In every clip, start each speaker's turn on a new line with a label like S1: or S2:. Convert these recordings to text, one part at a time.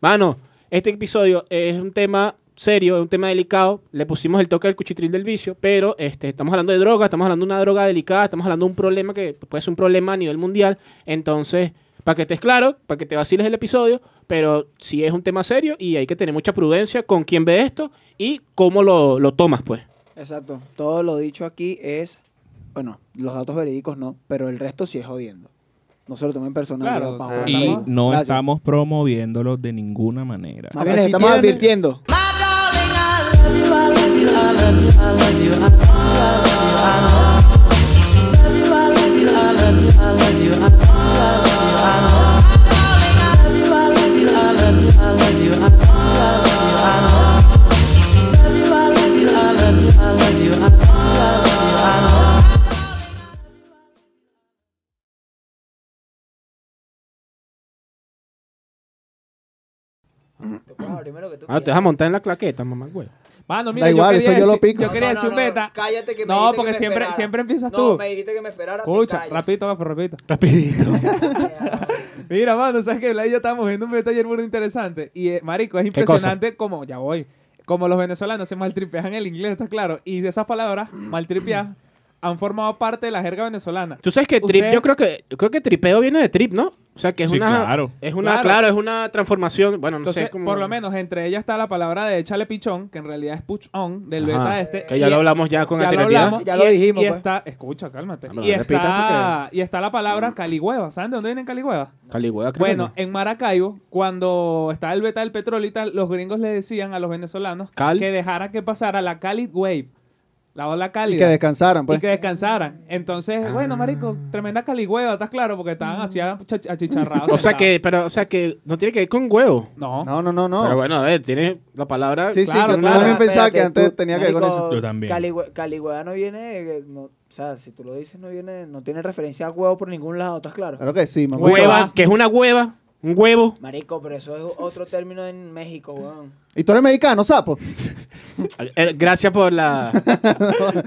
S1: Mano, este episodio es un tema serio, es un tema delicado. Le pusimos el toque al cuchitril del vicio, pero este, estamos hablando de droga, estamos hablando de una droga delicada, estamos hablando de un problema que puede ser un problema a nivel mundial. Entonces, para que estés claro, para que te vaciles el episodio, pero sí es un tema serio y hay que tener mucha prudencia con quién ve esto y cómo lo, lo tomas, pues.
S2: Exacto. Todo lo dicho aquí es, bueno, los datos verídicos no, pero el resto sí es jodiendo. No se lo tomen personal.
S3: Claro,
S2: viejo, para
S3: Y
S2: joder,
S3: no
S2: Gracias.
S3: estamos promoviéndolo de ninguna manera.
S2: Más bien les
S4: Si
S2: estamos
S4: tienen-
S2: advirtiendo.
S1: Ah, te vas a montar en la claqueta, mamá, güey.
S4: Mano,
S5: Da
S4: mira,
S5: igual,
S4: yo quería
S5: eso yo lo
S4: decir-
S5: pico.
S4: Yo quería decir un beta.
S2: Cállate que me
S4: No,
S2: dijiste
S4: porque
S2: que me
S4: siempre,
S2: esperara.
S4: siempre empiezas
S2: No,
S4: tú.
S2: me dijiste que me esperara.
S4: Escucha,
S2: te callas.
S4: rapidito, gafo, rapidito.
S1: Rapidito.
S4: Mira, mano, sabes que Vlad y yo estábamos viendo un beta ayer muy interesante. Y, eh, marico, es
S1: ¿Qué cosa?
S4: impresionante como, ya voy, como los venezolanos se maltripean el inglés, está claro. Y de esas palabras,
S1: Mm.
S4: maltripear, han formado parte de la jerga venezolana.
S1: Tú sabes que trip,
S4: Usted-
S1: yo creo que yo creo que tripeo viene de trip, ¿no? O sea, que es
S3: Sí,
S1: una
S3: claro.
S1: es una
S4: Claro.
S1: claro. es una transformación, bueno, no
S4: Entonces,
S1: sé cómo
S4: por lo menos, entre ellas está la palabra de échale pichón, que en realidad es puch on, del
S1: Ajá,
S4: beta este.
S1: que ya
S4: y-
S1: lo hablamos ya con
S4: ya lo
S1: anterioridad.
S4: hablamos,
S2: Ya lo
S4: y-
S2: dijimos,
S4: Y
S2: pues.
S4: está, escucha, cálmate.
S1: Ah, pero
S4: Y
S1: no repitas
S4: está, y está la palabra caligüeva. ¿Saben de dónde vienen caligüevas?
S1: Caligüeda, creo.
S4: Bueno, eh,
S1: ¿no?
S4: en Maracaibo, cuando estaba el beta del petróleo y tal, los gringos le decían a los venezolanos
S1: Cal.
S4: que dejara que pasara la Cali Wave, la ola
S5: Y
S4: cálida,
S5: que descansaran, pues.
S4: descansaran. Entonces,
S1: Ah.
S4: bueno, marico, tremenda Cali Hueva, estás claro, porque estaban así achich- achicharrados.
S1: o sea
S4: sentados.
S1: que pero o sea que no tiene que ver con huevo.
S4: No,
S5: No, no, no, no.
S1: Pero bueno, a ver, tiene la palabra
S5: sí, sí,
S4: claro,
S5: yo
S4: claro.
S5: también pensaba
S2: Espérate,
S5: que antes
S2: tú,
S5: tenía que ver con
S2: marico,
S5: eso.
S3: Yo también.
S2: Caligüe- Caligüeda no viene, de- de- no, o sea, si tú lo dices, no viene, no tiene referencia a huevo por ningún lado, ¿estás claro?
S5: Claro que sí, mamá.
S1: hueva,
S4: hueva.
S1: que es una hueva, un huevo.
S2: Marico, pero eso es otro término en México, weón.
S5: ¿Y tú eres mexicano, sapo?
S1: Eh, Gracias por la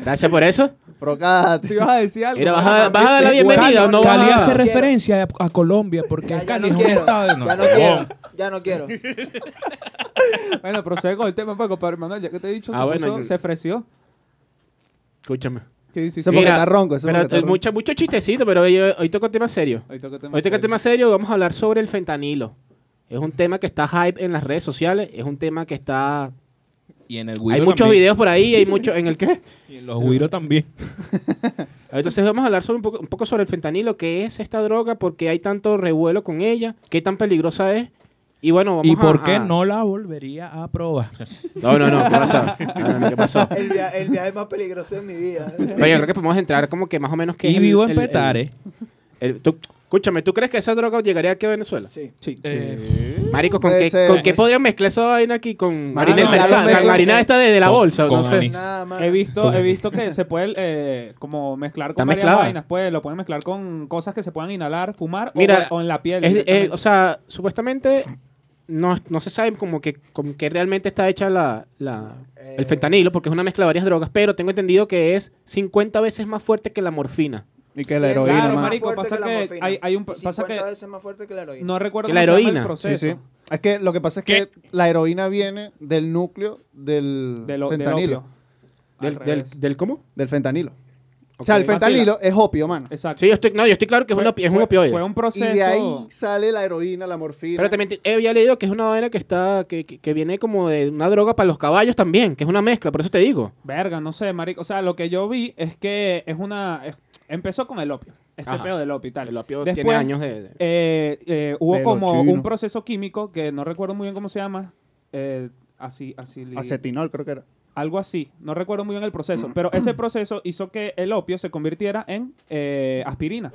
S1: Gracias por eso.
S5: Procájate.
S4: tú ibas a decir algo.
S1: Mira,
S4: ¿no?
S1: baja,
S4: Mami,
S1: baja la
S4: sí,
S1: bienvenida o
S2: huevo.
S1: no
S2: Cali
S6: Cali
S1: baja?
S6: hace
S2: quiero.
S6: referencia a Colombia porque
S2: Ya, ya
S6: Cali
S2: no
S6: es un
S2: quiero,
S6: estado de...
S2: ya no quiero, ya no quiero.
S4: Bueno, procede con el tema un poco, pero hermano, ya que te he dicho,
S1: Ah,
S4: se,
S1: bueno,
S4: puso-
S1: yo-
S4: se ofreció.
S1: Escúchame.
S4: Sí, sí,
S5: Eso
S4: sí.
S5: porque
S1: Mira,
S5: está ronco. Eso
S1: Pero
S5: porque está
S1: eh,
S5: ronco.
S1: mucho mucho chistecito, pero hoy, hoy toca un tema serio.
S4: Hoy toca tema
S1: Hoy toca
S4: serio.
S1: tema serio, vamos a hablar sobre el fentanilo. Es un tema que está hype en las redes sociales, es un tema que está...
S3: Y en el
S1: hay
S3: Guiro
S1: muchos
S3: también.
S1: videos por ahí, hay mucho... ¿En el qué?
S3: Y en los Guiro también.
S1: Entonces vamos a hablar sobre un, poco, un poco sobre el fentanilo, qué es esta droga, por qué hay tanto revuelo con ella, qué tan peligrosa es. Y bueno, vamos
S6: ¿Y
S1: a-
S6: por qué
S1: a-
S6: no la volvería a probar?
S1: No, no, no, ¿qué pasó? No, no, no, ¿qué pasó?
S2: El día, el viaje más peligroso de mi vida.
S1: Pero yo creo que podemos entrar como que más o menos que...
S6: Y vivo en Petare.
S1: escúchame, ¿tú crees que esa droga llegaría aquí a Venezuela?
S2: Sí.
S4: Sí.
S3: Eh,
S1: Marico, ¿con
S5: Puede
S1: qué,
S5: ser.
S1: ¿con qué podrían mezclar esa vaina aquí? ¿Con
S5: Marico,
S1: marina, del
S5: ya lo
S1: mercado?
S5: mezclan
S1: marina
S5: con-
S1: esta de, de la
S3: con-
S1: bolsa?
S3: con
S1: no sé.
S3: anís.
S2: Nada más.
S4: He visto, he visto que se puede eh, como mezclar
S1: Está
S4: con varias
S1: mezclada.
S4: vainas, pues lo pueden mezclar con cosas que se puedan inhalar, fumar o-
S1: Mira,
S4: o, en la piel.
S1: Es- eh,
S4: directamente.
S1: o sea, supuestamente no, no se sabe como que, como que realmente está hecha la, la-
S2: Eh.
S1: el fentanilo, porque es una mezcla de varias drogas, pero tengo entendido que es 50 veces más fuerte que la morfina.
S5: Y que la
S2: Sí,
S5: heroína,
S4: claro,
S5: man.
S2: más
S4: marico,
S2: fuerte
S4: pasa
S2: la
S4: que
S2: morfina.
S4: hay- hay un-
S2: Y
S4: pasa
S2: 50
S4: que-
S2: veces más fuerte que la heroína.
S4: no recuerdo
S1: que la
S4: cómo se llama el
S1: heroína. Sí,
S5: Sí,
S4: proceso
S5: sí. Es que lo que pasa es que la heroína viene del núcleo del
S4: de lo- del
S5: fentanilo.
S4: opio.
S1: ¿Del,
S4: Al
S1: del-
S4: revés.
S1: del cómo?
S5: Del fentanilo. O sea, el
S1: Ok.
S5: fentanilo es opio, mano.
S4: Exacto.
S1: Sí, yo estoy, no, yo estoy claro que es, un opi- es un opioide.
S4: Fue un
S5: Y
S4: proceso.
S5: de ahí sale la heroína, la morfina.
S1: pero también te- eh, había leído que es una vaina que está que, que- que viene como de una droga para los caballos también, que es una mezcla, por eso te digo.
S4: Verga, no sé, marico. O sea, lo que yo vi es que es una. es- empezó con el opio. Este
S1: Ajá.
S4: pedo del opio y tal.
S1: El opio
S4: Después,
S1: tiene años de... de-
S4: eh, eh, hubo
S5: De lo
S4: como
S5: chino.
S4: un proceso químico que no recuerdo muy bien cómo se llama. eh, así, así.
S5: Acetinol, creo que era.
S4: Algo así, no recuerdo muy bien el
S1: Mm.
S4: proceso, pero ese proceso hizo que el opio se convirtiera en eh, aspirina.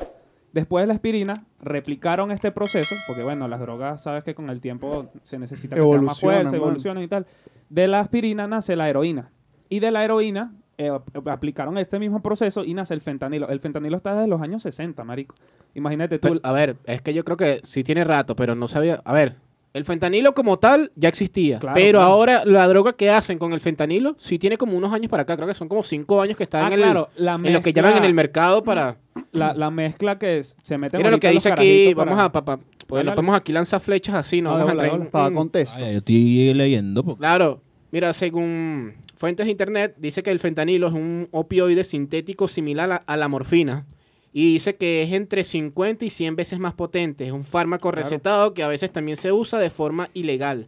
S4: Después de la aspirina, replicaron este proceso, porque bueno, las drogas, sabes que con el tiempo se necesita que sea más
S5: Evolucionan,
S4: fuerza,
S5: mano.
S4: evolucionan y tal. De la aspirina nace la heroína. Y de la heroína eh, ap- aplicaron este mismo proceso y nace el fentanilo. El fentanilo está desde los años 60, marico. Imagínate tú.
S1: Pero, ah, a ver, es que yo creo que sí tiene rato, pero no sabía. A ver, el fentanilo como tal ya existía,
S4: Claro,
S1: pero
S4: claro.
S1: ahora la droga que hacen con el fentanilo sí tiene como unos años para acá, creo que son como cinco años que está
S4: Ah,
S1: en, el-
S4: claro, la
S1: en lo que llaman en el mercado para.
S4: la, la mezcla que es- se mete
S1: Mira lo que dice aquí, vamos a pa- pa- Porque no
S4: Dale,
S1: podemos aquí lanzar flechas así, no
S4: Ah,
S1: vamos a
S4: hola,
S1: traer-
S4: hola.
S5: Estaba
S1: Mm.
S5: con texto.
S3: Ay, yo estoy leyendo. porque-
S1: Claro, mira, según fuentes de internet, dice que el fentanilo es un opioide sintético similar a, a la morfina. Y dice que es entre 50 y 100 veces más potente. Es un fármaco
S4: Claro.
S1: recetado que a veces también se usa de forma ilegal.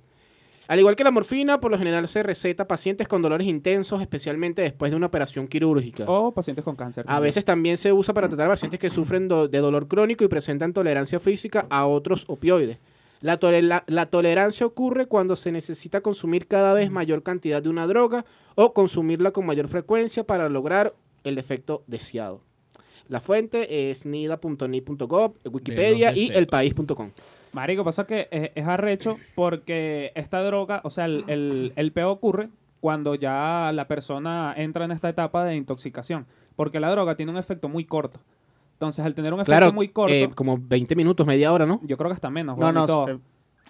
S1: Al igual que la morfina, por lo general se receta a pacientes con dolores intensos, especialmente después de una operación quirúrgica.
S4: O Oh, pacientes con cáncer.
S1: A veces también se usa para tratar a pacientes que sufren do- de dolor crónico y presentan tolerancia física a otros opioides. La, tole- la- la tolerancia ocurre cuando se necesita consumir cada vez mayor cantidad de una droga o consumirla con mayor frecuencia para lograr el efecto deseado. La fuente es nida.ni.gov, Wikipedia y
S3: deseos.
S1: elpaís.com.
S4: Marico, pasa que es, es arrecho porque esta droga, o sea, el, el, el peo ocurre cuando ya la persona entra en esta etapa de intoxicación. Porque la droga tiene un efecto muy corto. Entonces, al tener un efecto
S1: Claro,
S4: muy corto,
S1: eh, como 20 minutos, media hora, ¿no?
S4: yo creo que hasta menos.
S5: No,
S4: weón, y
S5: no.
S4: todo.
S5: eh,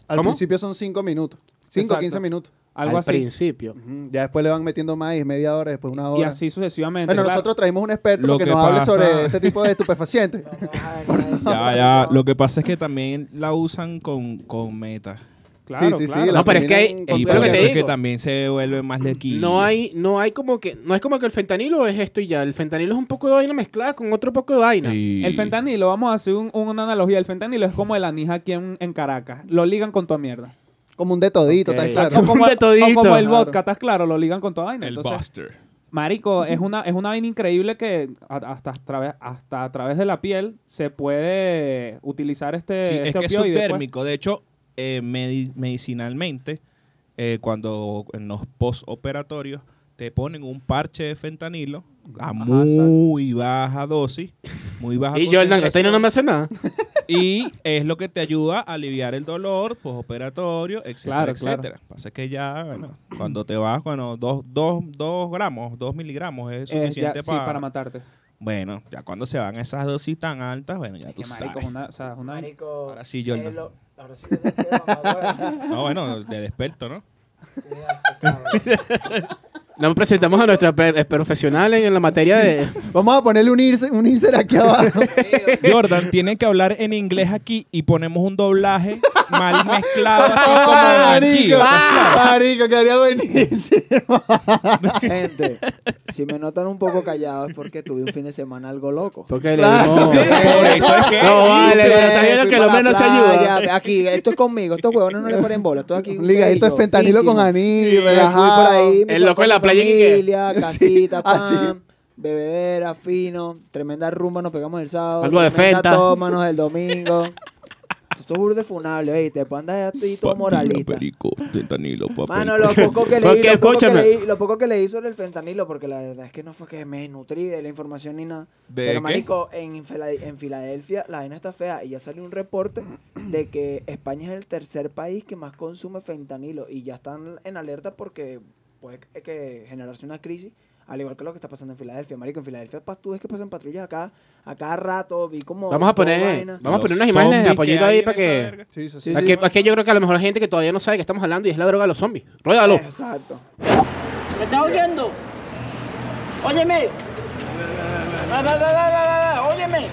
S5: al
S1: ¿Cómo?
S5: principio son 5 minutos. 5
S4: Exacto.
S5: o 15 minutos.
S4: algo
S1: Al
S4: así.
S1: principio.
S5: Ujú, Ya después le van metiendo más y media hora, después una
S4: Y
S5: hora.
S4: así sucesivamente.
S5: Bueno,
S4: claro.
S5: nosotros traímos un experto
S3: Lo
S5: que,
S3: que
S5: nos hable
S3: pasa-
S5: sobre este tipo de estupefacientes.
S2: ah,
S3: Ya, ya. Lo que pasa es que también la usan con, con meta.
S4: Claro,
S5: sí, sí, sí.
S4: claro.
S5: la
S1: No, pero es que hay-
S5: combinan
S1: es
S3: Y
S1: lo
S5: con-
S3: por
S1: que te
S3: eso es que
S1: digo.
S3: también se vuelve más lequillo.
S1: No hay, no hay como que, no es como que el fentanilo es esto y ya. El fentanilo es un poco de vaina mezclada con otro poco de vaina.
S3: Y-
S4: El fentanilo, vamos a hacer un- una analogía. El fentanilo es como el anís aquí en, en Caracas. Lo ligan con toda mierda.
S5: Como un detodito,
S1: Ok.
S5: tal
S1: Eh, Como
S5: claro.
S1: un detodito.
S4: o como el
S5: Claro.
S4: vodka, ¿estás claro? Lo ligan con toda vaina.
S3: El
S4: Entonces,
S3: Buster.
S4: Marico, es una, es una vaina increíble que a- hasta a, través, hasta a través de la piel se puede utilizar este,
S3: Sí,
S4: este
S3: es que es
S4: opioide, pues.
S3: subdérmico. De hecho, eh, medi- medicinalmente, eh, cuando en los postoperatorios te ponen un parche de fentanilo a muy baja dosis, muy baja
S1: Y Jordan, esta vaina no me
S3: concentración,
S1: hace nada.
S3: y es lo que te ayuda a aliviar el dolor postoperatorio, etcétera,
S4: Claro, claro.
S3: etcétera. Pasa que ya, bueno, cuando te vas, bueno, dos, dos, dos gramos, dos miligramos
S4: Eh,
S3: es
S4: ya-
S3: suficiente
S4: sí,
S3: para...
S4: para matarte.
S3: Bueno, ya cuando se van esas dosis tan altas, bueno, ya tú
S4: Que marico,
S3: sabes.
S4: es una, o sea, es una vaina-
S7: Marico.
S3: Ahora sí, Jordan.
S7: eh, lo- ahora sí, Jordan, qué mamagüey.
S3: No, bueno, del experto, ¿no?
S7: Qué
S2: este
S7: asco, cabrón.
S1: Nos presentamos a nuestra pe- eh, profesional en la materia de...
S5: Vamos a ponerle un insert, un insert aquí abajo.
S3: Jordan tiene que hablar en inglés aquí y ponemos un doblaje mal mezclado
S2: Ah,
S3: así como pues, Gio.
S5: Marico, marico, quedaría buenísimo.
S2: Gente, si me notan un poco callado es porque tuve un fin de semana algo loco.
S1: Porque
S5: Claro.
S1: le dimos...
S3: Por eso es que
S1: No, vale,
S2: Fui
S1: pero está viendo
S2: fui
S1: que el
S2: para
S1: hombre no
S2: la
S1: se
S2: playa,
S1: ayuda.
S2: ve Aquí, esto es conmigo, estos huevones no le ponen bola. Esto aquí.
S5: Liga, esto
S2: ustedes y
S5: es
S2: yo,
S5: fentanilo
S2: íntimos.
S5: con anís,
S2: Me fui por ahí.
S5: relajado.
S2: me
S1: El
S2: fui
S1: loco
S2: con
S1: en la
S2: mi
S1: playa, ¿qué?
S2: familia,
S5: Sí,
S2: casita,
S5: así.
S2: pan, bebedera, fino, tremenda rumba, nos pegamos el sábado.
S1: Algo de
S2: tremenda
S1: feta.
S2: Tómanos el domingo. Esto es burde funable, oye, te andas y todo moralista. Mano, lo poco
S1: Porque,
S2: que leí, lo poco que
S1: escúchame.
S2: leí, lo poco que leí sobre el fentanilo, porque la verdad es que no fue que me nutrí de la información ni nada.
S3: ¿De
S2: Pero,
S3: qué?
S2: marico, en, Fila- en Filadelfia la vaina está fea y ya salió un reporte de que España es el tercer país que más consume fentanilo y ya están en alerta porque puede que- que generarse una crisis. Al igual que lo que está pasando en Filadelfia, marico, en Filadelfia pas- tú ves que pasan patrullas acá, a cada rato, vi como...
S1: Vamos a
S2: como
S1: poner,
S2: vaina.
S1: vamos a poner unas
S3: Los
S1: imágenes de
S3: zombies
S1: apoyito
S3: que hay
S1: ahí
S3: en
S1: para
S3: esa
S1: que...
S3: verga.
S5: Sí, sí,
S2: Sí,
S5: sí.
S2: sí.
S1: Aquí, aquí yo creo que a lo mejor hay gente que todavía no sabe que estamos hablando y es la droga de los zombies. Ruédalo.
S2: Exacto.
S8: ¿Me estás oyendo? Óyeme. Va, va, va, va, va, va, va, Óyeme.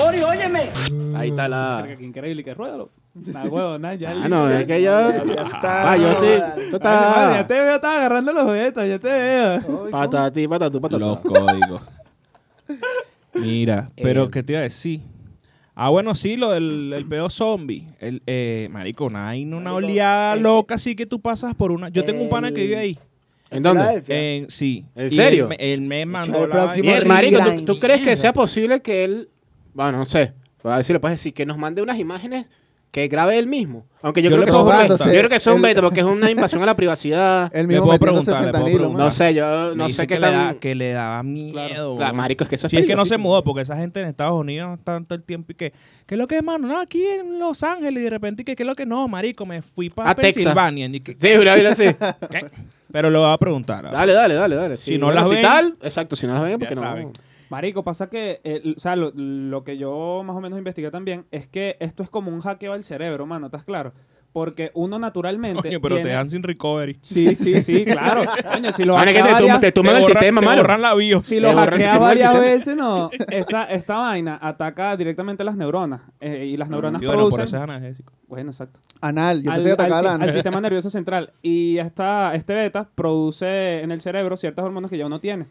S8: Ori, óyeme.
S1: Ahí está la...
S4: Verga, qué increíble, que ruédalo. Nah, huevo, nah, ya.
S1: Ah, no, es que yo...
S2: Ya está.
S1: Ah, yo estoy... Tú
S4: Ay, madre,
S1: estás...
S4: ya te veo, estás agarrando los objetos, ya te veo.
S1: Patatí, patatú,
S3: Los
S1: patatú.
S3: códigos.
S1: Eh.
S3: Mira, pero ¿qué te iba a decir? Ah, bueno, sí, lo del el peo zombie. El, eh, marico, una, hay una
S2: Marico,
S3: oleada
S2: el-
S3: loca así que tú pasas por una... Yo tengo un pana que vive ahí.
S1: ¿En dónde?
S2: Filadelfia.
S3: En, sí.
S1: ¿En
S3: Y
S1: serio?
S3: Él, me- él me mandó
S2: El
S3: la
S2: próximo
S3: vaina.
S1: Mier- marico, ¿tú,
S2: Grind.
S1: tú crees que sea posible que él, bueno, no sé, a ver si le puedes decir, que nos mande unas imágenes que grabe él mismo? Aunque yo,
S3: Yo
S1: creo
S3: le
S1: que eso es un
S3: puedo
S1: beta. Yo
S5: preguntar.
S1: creo que eso es un
S5: El-
S1: beta porque es una invasión a la privacidad.
S5: El
S3: Le
S5: mismo
S3: puedo
S5: metiéndose
S3: preguntar, le puedo
S5: fentanilo,
S3: preguntar.
S5: mano.
S1: No sé, yo
S3: Me
S1: no
S3: dice
S1: sé qué
S3: que,
S1: tan...
S3: le da- que le daba miedo.
S1: Ah,
S3: weón.
S1: marico, es que eso es
S3: Si es que no se
S1: peligrosísimo.
S3: mudó, porque esa gente en Estados Unidos tanto el tiempo y que, ¿qué es lo que es, mano? No, aquí en Los Ángeles y de repente, y que, ¿qué es lo que no, marico? Me fui para
S1: A Texas.
S3: Pensilvania. y que-
S1: Sí, mira, mira, sí.
S3: ¿qué? Pero lo va a preguntar.
S1: Dale, dale, dale, dale.
S3: Si no las
S1: si
S3: ven-
S1: tal, exacto, si no las ven,
S3: Ya
S1: porque no.
S3: saben.
S4: Marico, pasa que, eh, o sea, lo, lo que yo más o menos investigué también es que esto es como un hackeo al cerebro, mano, ¿estás claro? Porque uno naturalmente.
S3: Coño, pero te
S4: tiene-
S3: dan sin recovery.
S4: Sí, sí, sí, claro. Coño, si lo
S1: Mano, es que
S4: hackea
S1: te,
S4: varias-
S1: tum- te tumban
S3: Te
S1: el
S3: borran-
S1: sistema,
S3: te
S1: mano.
S3: borran la BIOS.
S4: Si lo
S1: borran-
S4: hackea
S1: te borran el
S4: varias
S1: sistema.
S4: veces, no. Esta, esta vaina ataca directamente las neuronas. eh, y las neuronas
S3: Ah. Y
S4: producen.
S3: bueno, por eso es analgésico.
S4: Bueno, exacto.
S5: Anal, yo
S4: al,
S5: pensé que atacaba
S4: al-
S5: la
S4: al
S5: anal.
S4: sistema nervioso central. Y esta, este beta produce en el cerebro ciertas hormonas que ya uno tiene.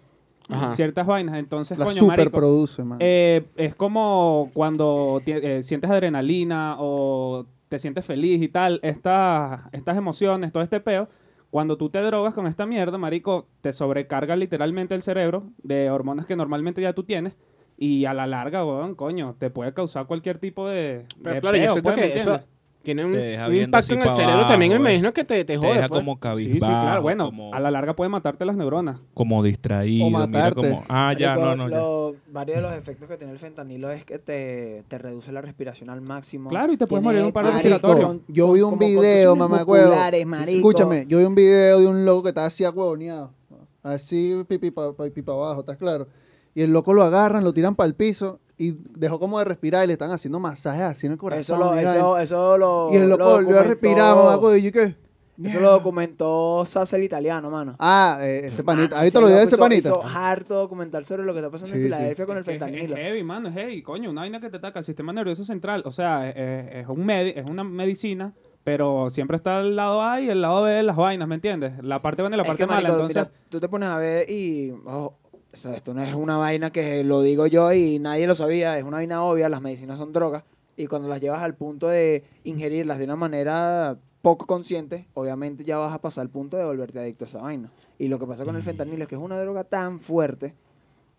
S1: Ajá.
S4: Ciertas vainas. Entonces,
S5: La
S4: coño,
S5: super
S4: marico,
S5: produce, man.
S4: eh, es como cuando ti- eh, sientes adrenalina o te sientes feliz y tal. Estas, estas emociones, todo este peo. Cuando tú te drogas con esta mierda, marico, te sobrecarga literalmente el cerebro de hormonas que normalmente ya tú tienes. Y a la larga, weón, coño, te puede causar cualquier tipo de.
S1: Pero
S4: de
S1: claro, yo
S4: peo,
S1: siento
S4: pues, ¿me
S1: que eso
S4: entiendes?
S1: tiene un,
S3: Te deja
S1: un
S3: viendo
S1: impacto
S3: así
S1: en el
S3: pa'
S1: cerebro
S3: abajo,
S1: también. Me
S3: güey.
S1: imagino que te, te
S3: Te
S1: jode.
S3: deja
S1: pues.
S3: como
S4: Sí,
S3: cabizbajo.
S4: sí, claro. Bueno,
S3: como,
S4: a la larga puede matarte las neuronas.
S3: como distraído.
S5: O
S3: mira
S5: matarte.
S3: como, ah, ya,
S2: Marico,
S3: no, no, ya.
S2: lo- Varios de los efectos que tiene el fentanilo es que te, te reduce la respiración al máximo.
S4: Claro, y te puedes
S2: Tiene
S4: morir de un paro
S2: varios
S4: respiratorio.
S2: con-
S5: yo
S2: con-
S5: vi un
S2: como
S5: video,
S2: contusiones
S5: mamá huevo.
S2: musculares, marico.
S5: Escúchame, yo vi un video de un loco que estaba así agüeoneado. Así pipi para abajo, ¿estás claro? Y el loco lo agarran, lo tiran para el piso y dejó como de respirar y le están haciendo masajes así en el corazón.
S2: Eso lo,
S5: y vaina.
S2: eso, eso lo.
S5: y el loco volvió a
S2: documentó-
S5: respirar, mamá huevo, y yo qué.
S2: Eso lo documentó Sassel italiano, mano.
S5: Ah, eh, ese panita. Ahí te lo
S2: dio
S5: dio ese panita.
S2: Hizo harto documental sobre lo que está pasando en
S5: Sí, sí.
S2: Filadelfia con el
S4: Es que es-
S2: fentanilo.
S4: Es, heavy, mano, es heavy, coño, una vaina que te ataca el sistema nervioso central. O sea, es- es, es un medi- es una medicina, pero siempre está el lado A y el lado B de las vainas, ¿me entiendes? La parte buena y la
S2: Es
S4: parte
S2: que,
S4: mala.
S2: marico,
S4: Entonces,
S2: mira, tú te pones a ver y. ojo, o sea, esto no es una vaina que lo digo yo y nadie lo sabía, es una vaina obvia, las medicinas son drogas y cuando las llevas al punto de ingerirlas de una manera poco consciente, obviamente ya vas a pasar al punto de volverte adicto a esa vaina. Y lo que pasa con el fentanilo es que es una droga tan fuerte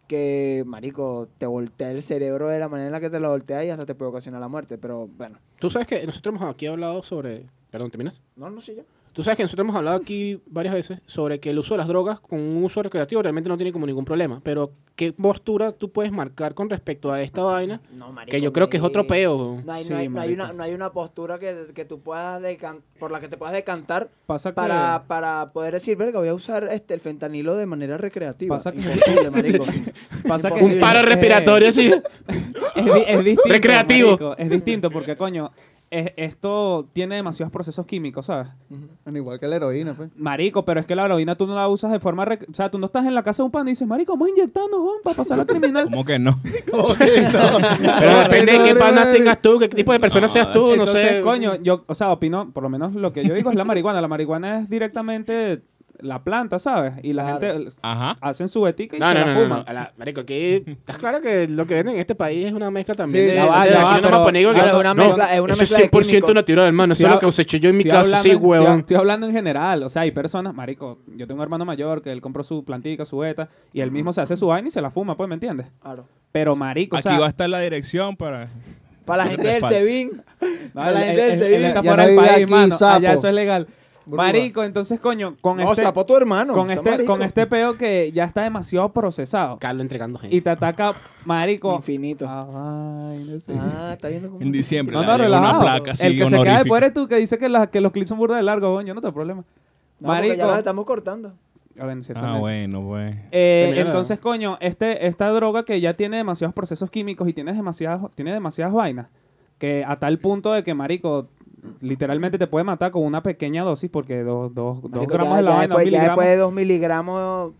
S2: que, marico, te voltea el cerebro de la manera en la que te lo voltea y hasta te puede ocasionar la muerte, pero bueno.
S1: Tú sabes que nosotros hemos aquí hablado sobre... Perdón, ¿terminas?
S2: No, no sé yo.
S1: Tú sabes que nosotros hemos hablado aquí varias veces sobre que el uso de las drogas con un uso recreativo realmente no tiene como ningún problema. Pero, ¿qué postura tú puedes marcar con respecto a esta vaina?
S2: No, marico.
S1: Que yo creo que es otro
S2: me-
S1: peo.
S2: No hay,
S4: Sí,
S2: no, hay, no hay
S4: marico.
S2: una, no hay una postura que, que tú puedas decan- por la que te puedas decantar
S4: pasa que.
S2: para, para poder decir, verga, voy a usar este, el fentanilo de manera recreativa.
S4: Pasa que-
S2: Imposible, marico.
S4: pasa que-
S2: Imposible.
S1: Un paro
S4: Eh,
S1: respiratorio así.
S4: es, di- es distinto.
S1: Recreativo.
S4: marico, es distinto porque, coño, es- esto tiene demasiados procesos químicos, ¿sabes?
S2: Ujú.
S5: Bueno, Igual que la heroína, pues.
S4: Marico, pero es que la heroína tú no la usas de forma. rec- O sea, tú no estás en la casa de un pan y dices, Marico, vamos a inyectarnos, vamos, para pasar la criminal.
S3: ¿Cómo que no?
S1: Pero depende de qué panas tengas tú, qué tipo de persona seas tú, no
S4: Entonces,
S1: sé.
S4: coño, yo, o sea, opino, por lo menos lo que yo digo es la marihuana. La marihuana es directamente la planta, ¿sabes? Y la
S2: Claro.
S4: gente
S3: Ajá.
S4: hacen su ética y
S1: No,
S4: se
S1: no,
S4: la
S1: no, no,
S4: fuman.
S1: no. A la- marico, aquí estás claro que lo que venden en este país es una mezcla también
S5: Sí,
S1: de,
S5: ya
S1: de-
S5: va,
S1: de-
S5: ya
S1: aquí
S4: va,
S1: no me
S4: pero-
S1: ponen
S4: claro,
S1: que
S4: es una
S1: no,
S2: mezcla- es una
S1: eso es
S2: mezcla de
S1: 100%
S2: químicos.
S1: natural, hermano, eso
S4: Estoy
S1: es lo
S4: hab-
S1: que cosecho yo en mi
S4: Estoy
S1: casa,
S4: hablando
S1: sí,
S4: en- estoy-
S1: huevón.
S4: Estoy hablando en general. O sea, hay personas, marico, yo tengo un hermano mayor que él compró su plantica, su beta, y él mismo se hace su vaina y se la fuma, pues, ¿me entiendes?
S2: Claro.
S4: Pero, marico, o
S3: Aquí
S4: sea,
S3: va a estar la dirección para... Ah,
S2: Para la gente del
S3: Falta.
S2: Sebin,
S4: no,
S2: a la
S4: él-
S2: gente del
S4: él-
S2: Sevilla.
S4: él está
S5: Ya
S4: fuera
S5: no
S4: del
S5: vive
S4: país,
S5: aquí,
S4: mano. Allá
S5: sapo.
S4: eso es legal.
S5: Buruba.
S4: Marico, entonces, coño, con
S2: no,
S4: este...
S2: sapo tu hermano.
S4: con,
S2: o sea,
S4: este, con
S2: marico.
S4: este peo que ya está demasiado procesado
S1: Carlos entregando gente.
S4: y te ataca, marico,
S2: Infinito. Ah,
S4: Ah, vaina, sí.
S2: está viendo cómo.
S3: En diciembre.
S4: No,
S3: la-
S4: no,
S3: llega
S4: relajado.
S3: Una placa así
S4: el que se cae
S3: honorífica.
S4: después eres tú que dice que, la- que los clips son burda de largo, coño, yo no tengo problema.
S2: No, porque
S4: Marico.
S2: ya los estamos cortando.
S4: Ah, bueno, ciertamente.
S3: Ah, bueno, pues.
S4: Eh,
S1: Termina la-
S4: entonces, coño, este, esta droga que ya tiene demasiados procesos químicos y tiene demasiadas, tiene demasiadas vainas, que a tal punto de que, marico, literalmente te puede matar con una pequeña dosis porque dos, dos, dos
S2: Marico,
S4: gramos
S2: ya,
S4: de la
S2: ya
S4: vaina,
S2: después, ya
S4: dos miligramos,
S2: después de dos miligramos.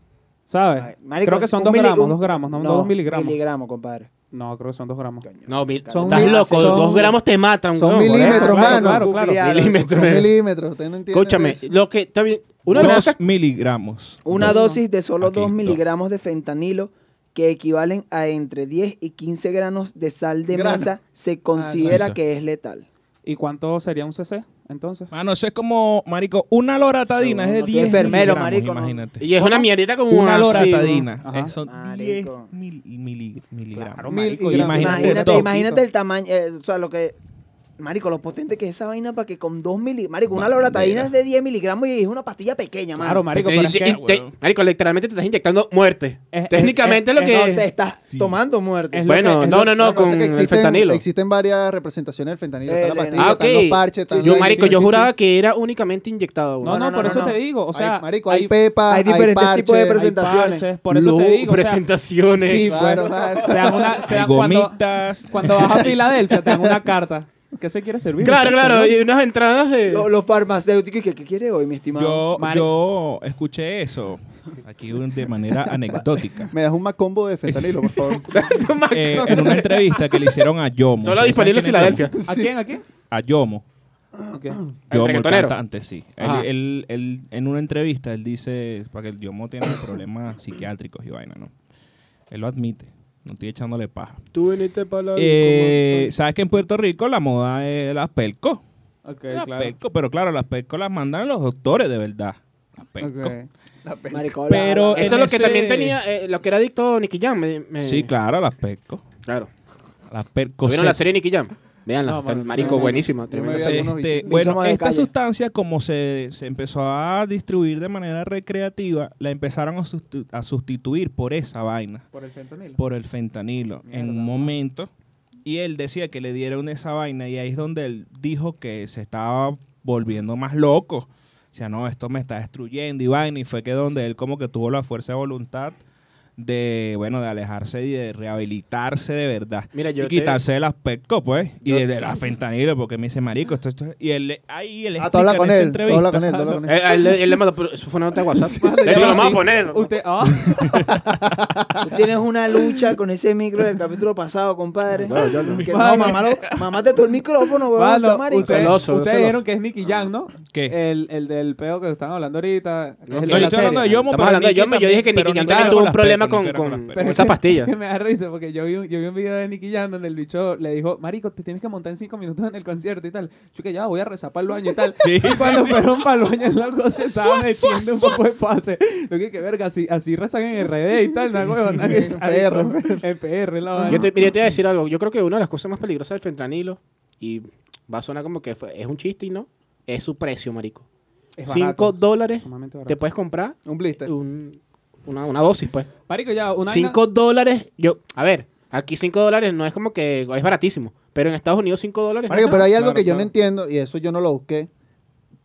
S4: ¿sabes?
S2: Marico,
S4: creo que son
S2: un
S4: dos
S2: mili-
S4: gramos,
S2: un-
S4: dos gramos, no, dos miligramos.
S2: Miligramos, compadre.
S4: No, creo que son dos gramos.
S1: No, mil-
S5: Son
S1: estás
S5: mil-
S1: loco,
S5: son-
S1: dos gramos te matan,
S5: Son
S1: huevón.
S5: milímetros,
S4: claro,
S5: mano.
S4: claro, claro.
S5: Googlealo,
S1: Milímetros.
S5: Son milímetros. Ustedes no entienden
S1: Escúchame,
S5: eso.
S1: lo que está bien, una de
S3: dos
S1: las cosas
S3: miligramos.
S2: Una
S3: Dos.
S2: dosis de solo
S3: Aquí,
S2: 2
S3: dos.
S2: miligramos de fentanilo, que equivalen a entre 10 y 15 granos de sal de
S5: Grano.
S2: mesa, se considera
S3: sí, sí.
S2: que es letal.
S4: ¿Y cuánto sería un CC entonces?
S3: Mano, eso es como, marico, una loratadina es de
S2: Según, no soy
S3: 10
S2: enfermero,
S3: miligramos,
S2: marico, no.
S3: imagínate.
S1: y es una mierdita como
S3: Una
S1: así,
S3: loratadina
S4: Ajá.
S3: eh, son
S2: Marico.
S3: 10 mil- mili- miligramos.
S4: Claro,
S5: Mil
S4: marico,
S5: y
S4: yo-
S5: gramos.
S3: Imagínate
S2: Imagínate,
S3: dos,
S2: imagínate el tamaño, eh, o sea, lo que... Marico, lo potente que es esa vaina para que con 2 miligramos... Marico, una loratadina es de 10 miligramos y es una pastilla pequeña, mano.
S4: Claro, marico, pero es
S1: Y-
S4: que-
S1: y- te- marico, literalmente te estás inyectando muerte.
S4: Es- es-
S1: Técnicamente
S4: es-
S1: lo
S4: es-
S1: que...
S2: No, te estás
S3: Sí.
S2: tomando muerte.
S4: Es lo
S1: bueno,
S4: que- es
S1: no,
S4: lo-
S1: no, no,
S5: Lo que pasa
S1: con
S5: es que
S1: el
S5: existen-
S1: fentanilo.
S5: Existen varias representaciones del fentanilo. Está la
S2: Eh,
S5: pastilla,
S1: Ah,
S5: están los
S1: ok.
S5: parches. están
S1: Yo,
S5: los-
S1: marico, yo
S4: sí, sí.
S1: juraba que era únicamente inyectado,
S4: No,
S1: güey.
S4: no,
S2: no,
S4: por
S2: no,
S4: eso
S2: no.
S4: te digo, o sea,
S5: hay, marico, hay, pepa,
S2: hay
S5: hay
S2: diferentes
S5: parches,
S2: tipos de
S5: hay-
S4: hay
S2: presentaciones.
S4: parches, por eso te
S1: Lu-
S4: digo, o sea,
S1: presentaciones.
S4: sí,
S5: Claro, claro.
S4: Te dan una, te
S3: Hay
S4: dan cuando,
S3: gomitas.
S4: cuando vas a Filadelfia, te dan una carta. ¿Qué se quiere servir?
S1: Claro,
S4: Usted,
S1: claro,
S4: perdón.
S1: y unas entradas de...
S2: Lo- los farmacéuticos, ¿qué, ¿qué quiere hoy, mi estimado?
S3: Yo,
S4: Mari-
S3: yo escuché eso aquí un- de manera anecdótica.
S5: Me das un macombo de fentanilo, por favor.
S3: Eh, en una entrevista que le hicieron a Yomo.
S1: Solo
S3: ¿Ustedes saben
S1: disponible en
S3: quién es Yomo?
S1: Filadelfia.
S4: ¿A quién? ¿A quién?
S3: A Yomo.
S1: Ah,
S4: Ok.
S1: ¿El
S3: Yomo, el
S1: reggaetonero?
S3: cantante, sí. Él,
S1: Ajá.
S3: él- él- en una entrevista, él dice, para que el Yomo tiene problemas psiquiátricos y vaina, ¿no? Él lo admite. No estoy echándole paja.
S1: Tú viniste para la...
S3: Eh, Sabes que en Puerto Rico la moda es las pelcos.
S4: Ok,
S3: Las
S4: claro.
S3: pelcos, pero claro, las pelcos las mandan los doctores de verdad. Las pelcos.
S5: Ok. La pena.
S2: Marico,
S3: Pero-
S2: habla, habla.
S1: Eso es lo que
S3: ese-
S1: también tenía, eh, lo que era adicto Nicky Jam. me- me-
S3: Sí, claro, las pelcos.
S1: Claro.
S3: Las
S1: ¿No
S3: pelcos.
S1: ¿Vieron la serie Nicky Jam? Veanla,
S4: No, mano,
S1: marico,
S5: no.
S1: buenísima.
S5: Yo
S1: tremenda
S5: me vi
S1: serie.
S5: algunos
S3: Este,
S5: bichitos.
S3: bueno,
S2: Somos de
S3: esta
S2: calle.
S3: sustancia, como se, se empezó a distribuir de manera recreativa, la empezaron a, sustitu- a sustituir por esa vaina,
S4: Por el fentanilo.
S3: por el fentanilo, en
S4: Mierda.
S3: un momento. Y él decía que le dieron esa vaina, y ahí es donde él dijo que se estaba volviendo más loco. O sea, no, esto me está destruyendo y vaina. Y fue que donde él, como que tuvo la fuerza de voluntad de, bueno, de alejarse y de rehabilitarse de verdad
S1: Mira, yo
S3: y
S1: te-
S3: quitarse el aspecto, pues. Y
S1: Yo-
S3: de, de la fentanilo, porque me dice, marico, esto, esto es-". Y él, le- ahí él
S5: Ah, tú hablas
S3: explica
S5: con
S3: en esa
S5: él, tú hablas
S3: entrevista.
S5: con él, tú hablas con él.
S1: Eh, él, le- él le mandó, pero eso fue una nota de WhatsApp.
S4: Madre,
S1: De hecho,
S4: yo
S1: lo
S4: sí.
S1: vamos a poner.
S4: Usted, ah,
S2: Tú tienes una lucha con ese micro del capítulo pasado, compadre.
S1: Claro, yo no.
S2: Que
S4: Mano.
S2: no, mamalo, mamate tú el micrófono, huevón,
S4: Pablo,
S2: esa marico.
S4: ustedes-
S1: Celoso, yo
S4: ustedes
S1: celoso.
S4: vieron que es Nicky Jam, ¿no?
S3: ¿Qué?
S4: El, el del peo que están hablando ahorita. que es el
S1: No,
S4: de
S3: No, yo
S4: la
S3: estoy hablando de
S4: serie.
S3: Yomo,
S1: Estamos
S3: pero
S1: hablando de
S3: Nicky
S1: Yomo. Yo
S3: también-
S1: dije que
S3: pero
S1: Nicky Jam
S3: Nicky era
S1: también tuvo
S3: con
S1: un
S3: las
S1: problema
S3: pepas,
S1: con,
S3: Nicky era
S1: con,
S3: las pepas.
S1: con
S4: es
S1: esas
S4: que-
S1: pastillas.
S4: que me da risa porque yo vi, un, yo vi un video de Nicky Jam donde el bicho le dijo, marico, te tienes que montar en cinco minutos en el concierto y tal. Yo que ya voy a rezar para el baño y tal.
S3: Sí,
S4: y cuando fueron para el baño el loco se estaba metiendo un poco de pase. Lo que que verga, así, así rezan en RD y tal, una hueva, nada que
S5: En PR,
S4: salga. En PR, la vaina.
S1: Yo te, mira, yo te iba a decir algo. Yo creo que una de las cosas más peligrosas del fentanilo, y va a sonar como que fue- es un chiste y no, es su precio, marico.
S4: Es
S1: Cinco
S4: barato,
S1: dólares
S4: sumamente barato.
S1: te puedes comprar
S5: Un blister.
S1: un- una, una dosis, pues.
S4: Marico, ya, una vaina-
S1: 5 dólares, yo, a ver, aquí 5 dólares no es como que es baratísimo, pero en Estados Unidos 5 dólares. no
S5: Marico,
S1: es
S5: pero
S1: nada.
S5: hay algo
S4: Claro,
S5: que yo
S4: claro.
S5: no entiendo y eso yo no lo busqué.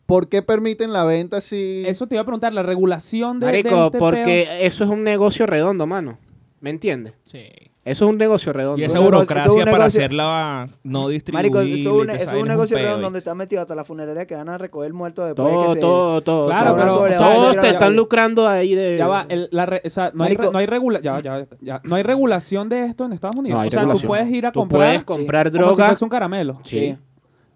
S5: ¿Por qué permiten la venta si
S4: Eso te iba a preguntar, la regulación de. de
S1: Marico,
S4: este
S1: porque
S4: peo.
S1: eso es un negocio redondo, mano. ¿Me entiendes?
S3: Sí.
S1: Eso es un negocio redondo.
S3: Y esa
S2: un negocio- eso es un
S3: burocracia para
S2: negocio-
S3: hacerla no distribuir.
S2: Marico, eso es un,
S3: y
S1: este
S3: te
S2: eso es
S3: salen
S2: un negocio
S3: peo,
S2: redondo
S3: y-
S2: donde está metido hasta la funeraria que van a recoger el muerto después de que
S1: todo,
S2: se...
S1: todo, todo.
S4: Claro,
S1: todo.
S4: pero-
S1: todos
S4: Claro,
S1: te
S4: pero-
S1: están lucrando ahí de.
S4: Ya va, el- la re- o sea, no, hay,
S2: Marico.
S4: re- no hay regula- ya, va, ya, va, ya. no hay regulación de esto en Estados Unidos.
S1: No hay
S4: o sea, tú
S1: regulación.
S4: puedes ir a
S1: Tú
S4: comprar.
S1: puedes comprar
S4: como si
S1: droga.
S4: fuese un caramelo.
S1: Sí.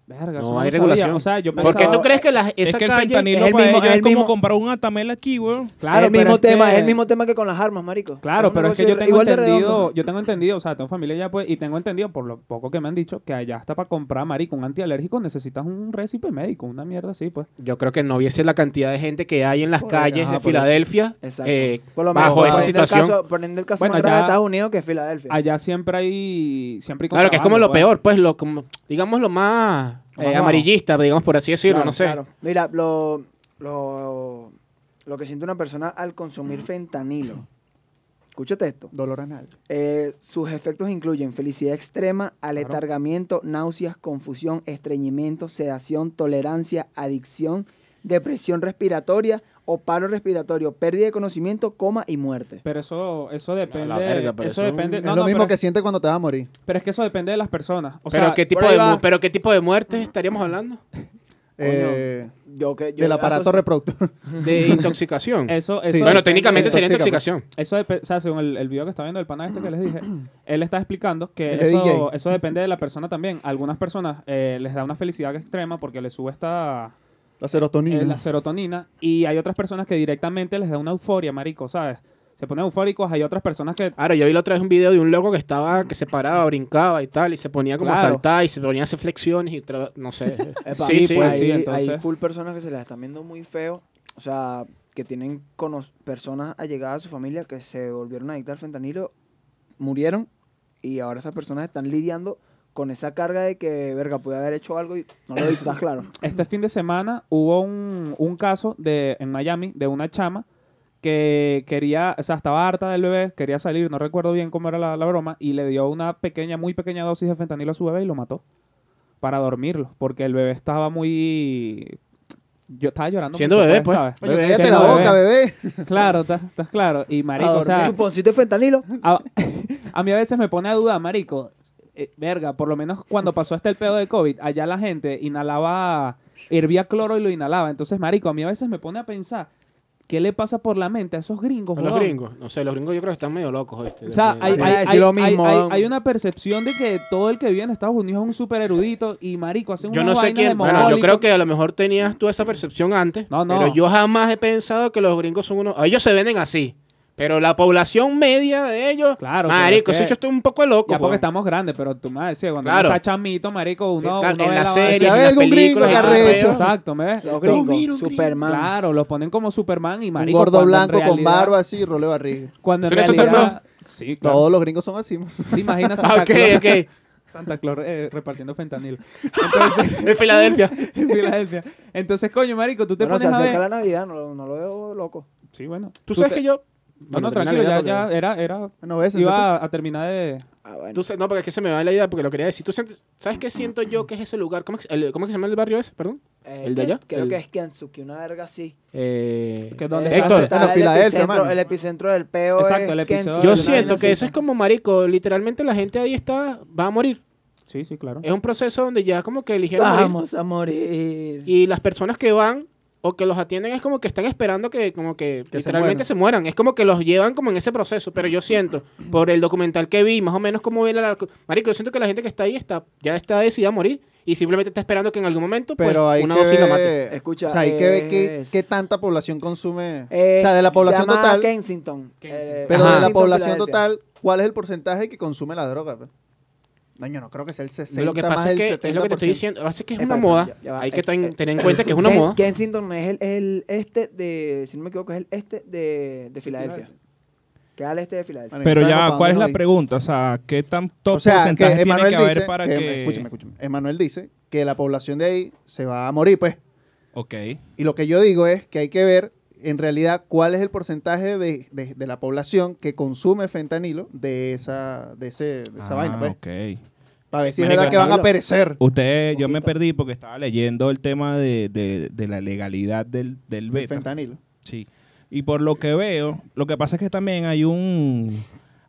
S4: Verga,
S1: No
S4: eso
S1: hay
S4: lo sabía.
S1: regulación.
S4: O sea, yo
S1: ¿Por qué
S4: pensaba-
S1: tú crees que las, esa
S3: Es que el
S1: calle-
S3: fentanilo
S2: es el
S3: para
S2: mismo-
S3: ellos
S2: es
S3: es
S2: el
S3: como
S2: mismo-
S3: comprar un atamel aquí, weón.
S4: Claro,
S2: es el mismo
S4: pero es
S2: tema,
S4: que-
S2: es el mismo tema que con las armas, marico.
S4: Claro,
S2: Es un
S4: pero es que yo
S2: negocio
S4: tengo
S2: igual de
S4: entendido,
S2: redondo.
S4: yo tengo entendido, o sea, tengo familia ya pues, y tengo entendido, por lo poco que me han dicho, que allá hasta para comprar, marico, un antialérgico necesitas un récipe médico, una mierda así, pues.
S1: Yo creo que no viese la cantidad de gente que hay en las
S5: Joder,
S1: calles
S5: ajá,
S1: de
S5: por eso.
S1: Filadelfia
S2: Exacto.
S1: eh,
S2: Por lo menos,
S1: bajo esa
S2: poniendo el
S1: situación.
S2: caso- poniendo el caso
S4: Bueno,
S2: más grave
S4: ya-
S2: de Estados Unidos que es Filadelfia.
S4: Allá siempre hay siempre hay
S1: Claro, que es como
S4: contrabando,
S1: lo
S4: pues.
S1: peor, pues, lo como, digamos lo más
S4: Lo
S1: eh,
S4: más bajo.
S1: amarillista, digamos por así decirlo,
S4: Claro,
S1: no sé.
S2: Claro. Mira, lo, lo, lo que siente una persona al consumir fentanilo. Escúchate esto.
S5: dolor anal?
S2: Eh, sus efectos incluyen felicidad extrema, aletargamiento, náuseas, confusión, estreñimiento, sedación, tolerancia, adicción, depresión respiratoria o paro respiratorio, pérdida de conocimiento, coma y muerte.
S4: pues. Pero eso eso depende,
S1: verga, pero
S4: eso
S1: eso es un-
S4: depende,
S1: es
S4: no,
S5: es lo
S4: no,
S5: mismo
S4: pero,
S5: que sientes cuando te vas a morir.
S4: pero es que eso depende de las personas, o
S1: pero,
S4: sea,
S1: ¿qué tipo
S2: por ahí
S1: de, mu-
S2: va.
S1: pero ¿qué tipo de muertes estaríamos hablando?
S5: Eh,
S2: Yo que, yo
S5: del aparato
S2: asocio-
S5: reproductor.
S1: De intoxicación.
S4: eso eso
S5: Sí.
S1: bueno,
S4: depende-
S1: técnicamente sería
S4: pues.
S5: Intoxica,
S1: intoxicación.
S4: Eso depe- o sea, según el, el video que está viendo el pana este que les dije, él está explicando que
S5: El
S4: eso,
S5: DJ.
S4: eso depende de la persona también. Algunas personas eh, les da una felicidad extrema porque les sube esta
S5: La
S4: eh,
S5: serotonina.
S4: la serotonina y hay otras personas que directamente les da una euforia, marico, ¿sabes? Se ponen eufóricos, hay otras personas que
S1: Ahora, yo vi la otra vez un video de un loco que estaba, que se paraba, brincaba y tal, y se ponía como a
S4: Claro.
S1: saltar y se ponía a hacer flexiones y tra- no sé.
S2: Epa,
S1: sí, sí.
S2: pues,
S4: sí,
S2: hay,
S4: entonces.
S2: hay full personas que se las están viendo muy feo. O sea, que tienen cono- personas allegadas a su familia que se volvieron adictas al fentanilo, murieron y ahora esas personas están lidiando con esa carga de que, verga, pude haber hecho algo y no lo hice, ¿estás claro?
S4: este fin de semana hubo un, un caso de, en Miami de una chama que quería, o sea, estaba harta del bebé, quería salir, no recuerdo bien cómo era la, la broma, y le dio una pequeña, muy pequeña dosis de fentanilo a su bebé y lo mató para dormirlo, porque el bebé estaba muy... Yo estaba llorando.
S1: Siendo
S4: mucho,
S1: bebé, pues.
S4: ¿sabes?
S5: Oye,
S1: Bebé,
S5: cállate
S1: ese
S5: la
S1: bebé.
S5: boca, bebé.
S4: Claro, estás estás claro. Y marico, o sea,
S2: Chuponcito de fentanilo.
S4: a, a mí a veces me pone a duda, marico. eh, verga, por lo menos cuando pasó hasta el pedo de COVID, allá la gente inhalaba, hervía cloro y lo inhalaba. Entonces, marico, a mí a veces me pone a pensar, ¿qué le pasa por la mente a esos gringos?
S1: A los
S4: huevón?
S1: gringos. No sé, los gringos yo creo que están medio locos. ¿oíste?
S4: pues, O sea, hay,
S2: Sí.
S4: hay-
S2: Voy a decir
S4: hay-
S2: lo mismo,
S4: hay- hay-
S2: weón.
S4: hay una percepción de que todo el que vive en Estados Unidos es un súper erudito y marico, hacen
S1: yo no
S4: unas
S1: sé
S4: vainas de
S1: quién. Bueno, yo
S4: mongólicos.
S1: creo que a lo mejor tenías tú esa percepción antes.
S4: No, no.
S1: Pero yo jamás he pensado que los gringos son unos. Ellos se venden así. Pero la población media de ellos.
S4: Claro, pero
S1: Marico,
S4: es
S1: ese
S4: que-
S1: yo estoy un poco loco.
S4: Ya porque
S1: weón.
S4: estamos grandes, pero tú me decías, cuando
S1: Claro.
S4: uno está chamito, marico,
S1: Sí,
S4: uno,
S1: tal,
S4: uno
S1: en
S4: ve
S1: las
S4: la
S1: series,
S5: vaina.
S1: en
S5: Si
S1: las
S5: hay algún gringo
S1: películas.
S5: que
S1: y todo el
S4: vaina.
S5: arrecho.
S1: pedo.
S4: Exacto, ¿me ves?
S2: Los gringos,
S5: mira, un gringo.
S2: Superman.
S4: Claro, los ponen como Superman y marico.
S5: un gordo
S4: cuando en
S5: blanco con
S4: realidad-
S5: barba así y role barriga.
S4: Cuando en
S1: ¿Son esos
S4: realidad... Sí, claro.
S5: Todos los gringos son así. man.
S4: ¿Te imaginas
S1: Ah,
S4: Santa
S1: ok,
S4: Claus,
S1: ok.
S4: Santa Claus eh, repartiendo fentanilo
S1: En Filadelfia.
S4: en Filadelfia? Entonces, coño, marico, tú te
S2: Bueno, se
S4: pones a
S2: acerca
S4: ver...
S2: la Navidad, no, no lo veo loco.
S4: Sí, bueno.
S1: Tú sabes
S4: te-
S1: que yo.
S4: No, no,
S1: Bueno, termina
S4: tranquilo,
S1: la
S4: ya,
S1: idea
S4: ya
S1: porque-
S4: era, era...
S5: Bueno, ves,
S4: Iba a, a terminar de...
S2: Ah, bueno.
S1: Tú sa- no, porque es que se me va la idea porque lo quería decir. ¿Tú sientes- ¿Sabes qué siento yo que es ese lugar? ¿Cómo es, el- cómo es que se llama el barrio ese? Perdón.
S2: Eh,
S1: ¿El de
S2: que-
S1: allá?
S2: Creo
S1: El-
S2: que es Kensuke, una verga así.
S1: Eh,
S4: Que donde
S2: Eh,
S1: Héctor.
S2: está
S5: Bueno,
S2: el,
S5: Filadelfia,
S2: epicentro,
S5: mano.
S2: el epicentro del peo
S4: Exacto,
S2: es
S4: el episodio
S2: Kensuke,
S4: de
S1: Yo
S2: una
S1: siento
S2: vaina
S1: que
S2: así.
S1: eso es como marico. Literalmente la gente ahí está, va a morir.
S4: Sí, sí, claro.
S1: Es un proceso donde ya como que eligieron morir.
S2: Vamos a morir.
S1: Y las personas que van o que los atienden es como que están esperando que como que,
S5: se
S1: literalmente se mueran. Es como que los llevan como en ese proceso. Pero yo siento, por el documental que vi, más o menos como ve la... la- Marico, yo siento que la gente que está ahí está ya está decidida a morir y simplemente está esperando que en algún momento pues,
S5: Pero hay
S1: una
S5: que
S1: dosis la mate.
S5: ver,
S2: Escucha,
S5: o sea, hay que ver qué,
S2: es-
S5: qué tanta población consume.
S2: Eh,
S5: o sea, de la población
S2: se llama
S5: total.
S2: Kensington. Eh,
S5: Pero
S1: Ajá.
S5: de la
S2: Kensington,
S5: población
S2: Filadelfia.
S5: total, ¿cuál es el porcentaje que consume la droga? pe? No, yo no creo que sea el 60,
S1: lo que
S5: más
S1: pasa es
S5: del
S1: que
S5: 70%.
S1: es lo que te estoy diciendo. Lo que pasa es que es
S2: Epa,
S1: una
S2: epa,
S1: moda.
S2: ya- ya va.
S1: Hay que
S2: Eh,
S1: ten-
S2: eh,
S1: tener en cuenta que es una
S2: Ken-
S1: moda.
S2: Kensington es el, el este de, si no me equivoco, es el este de, de Filadelfia. Queda al este de Filadelfia.
S5: Marico,
S3: Pero
S5: ¿sabes
S3: ya,
S5: para
S3: ¿cuál es
S5: dónde
S3: la
S5: voy?
S3: pregunta? O sea, ¿qué tanto
S5: O sea, que
S3: porcentaje tiene
S5: Emanuel
S3: que haber
S5: dice,
S3: para
S5: que-
S3: que...?
S5: escúchame, escúchame. Emanuel dice que la población de ahí se va a morir, pues.
S3: Ok.
S5: Y lo que yo digo es que hay que ver en realidad cuál es el porcentaje de, de- de la población que consume fentanilo de esa, de ese, de esa
S3: Ah,
S5: vaina, pues.
S3: ok.
S5: Para ver si es
S3: Marico,
S5: verdad que van a
S2: Pablo.
S5: perecer.
S3: Ustedes, yo me
S2: Poquito.
S3: perdí porque estaba leyendo el tema de, de- de la legalidad del, del
S5: del
S3: beta.
S5: fentanilo.
S3: Sí. Y por lo que veo, lo que pasa es que también hay un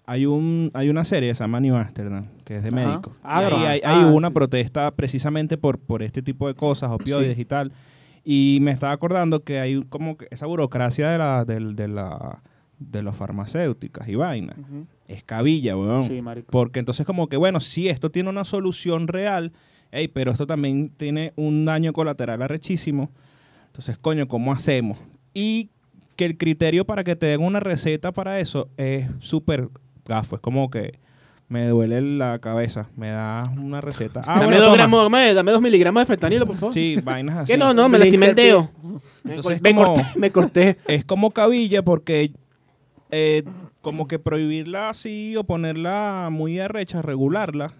S3: hay un hay una serie que se llama New Amsterdam, que es de
S5: Ajá.
S3: médicos. Y
S4: Ah,
S3: ahí
S4: ah,
S3: hay,
S5: ah,
S3: hay
S5: sí,
S3: una
S5: sí.
S3: protesta precisamente por, por este tipo de cosas, opioides y tal. Y me estaba acordando que hay un- como que esa burocracia de la, del- de, la de las farmacéuticas y vaina.
S5: Ujú.
S3: Es cabilla, weón.
S4: Sí, marico.
S3: Porque entonces como que, bueno, sí, esto tiene una solución real, ey, pero esto también tiene un daño colateral arrechísimo. Entonces, coño, ¿cómo hacemos? Y que el criterio para que te den una receta para eso es súper gafo. Es como que me duele la cabeza, me das una receta. Ah,
S1: dame,
S3: bueno,
S1: dos
S3: toma.
S1: gramos, dame, dame dos miligramos de fentanilo, por favor.
S3: Sí, vainas así.
S1: que no, no, me lastimé el dedo. Me,
S3: Entonces,
S1: cor- me
S3: como-
S1: corté, me corté.
S3: Es como cabilla porque eh, como que prohibirla así o ponerla muy arrecha, regularla,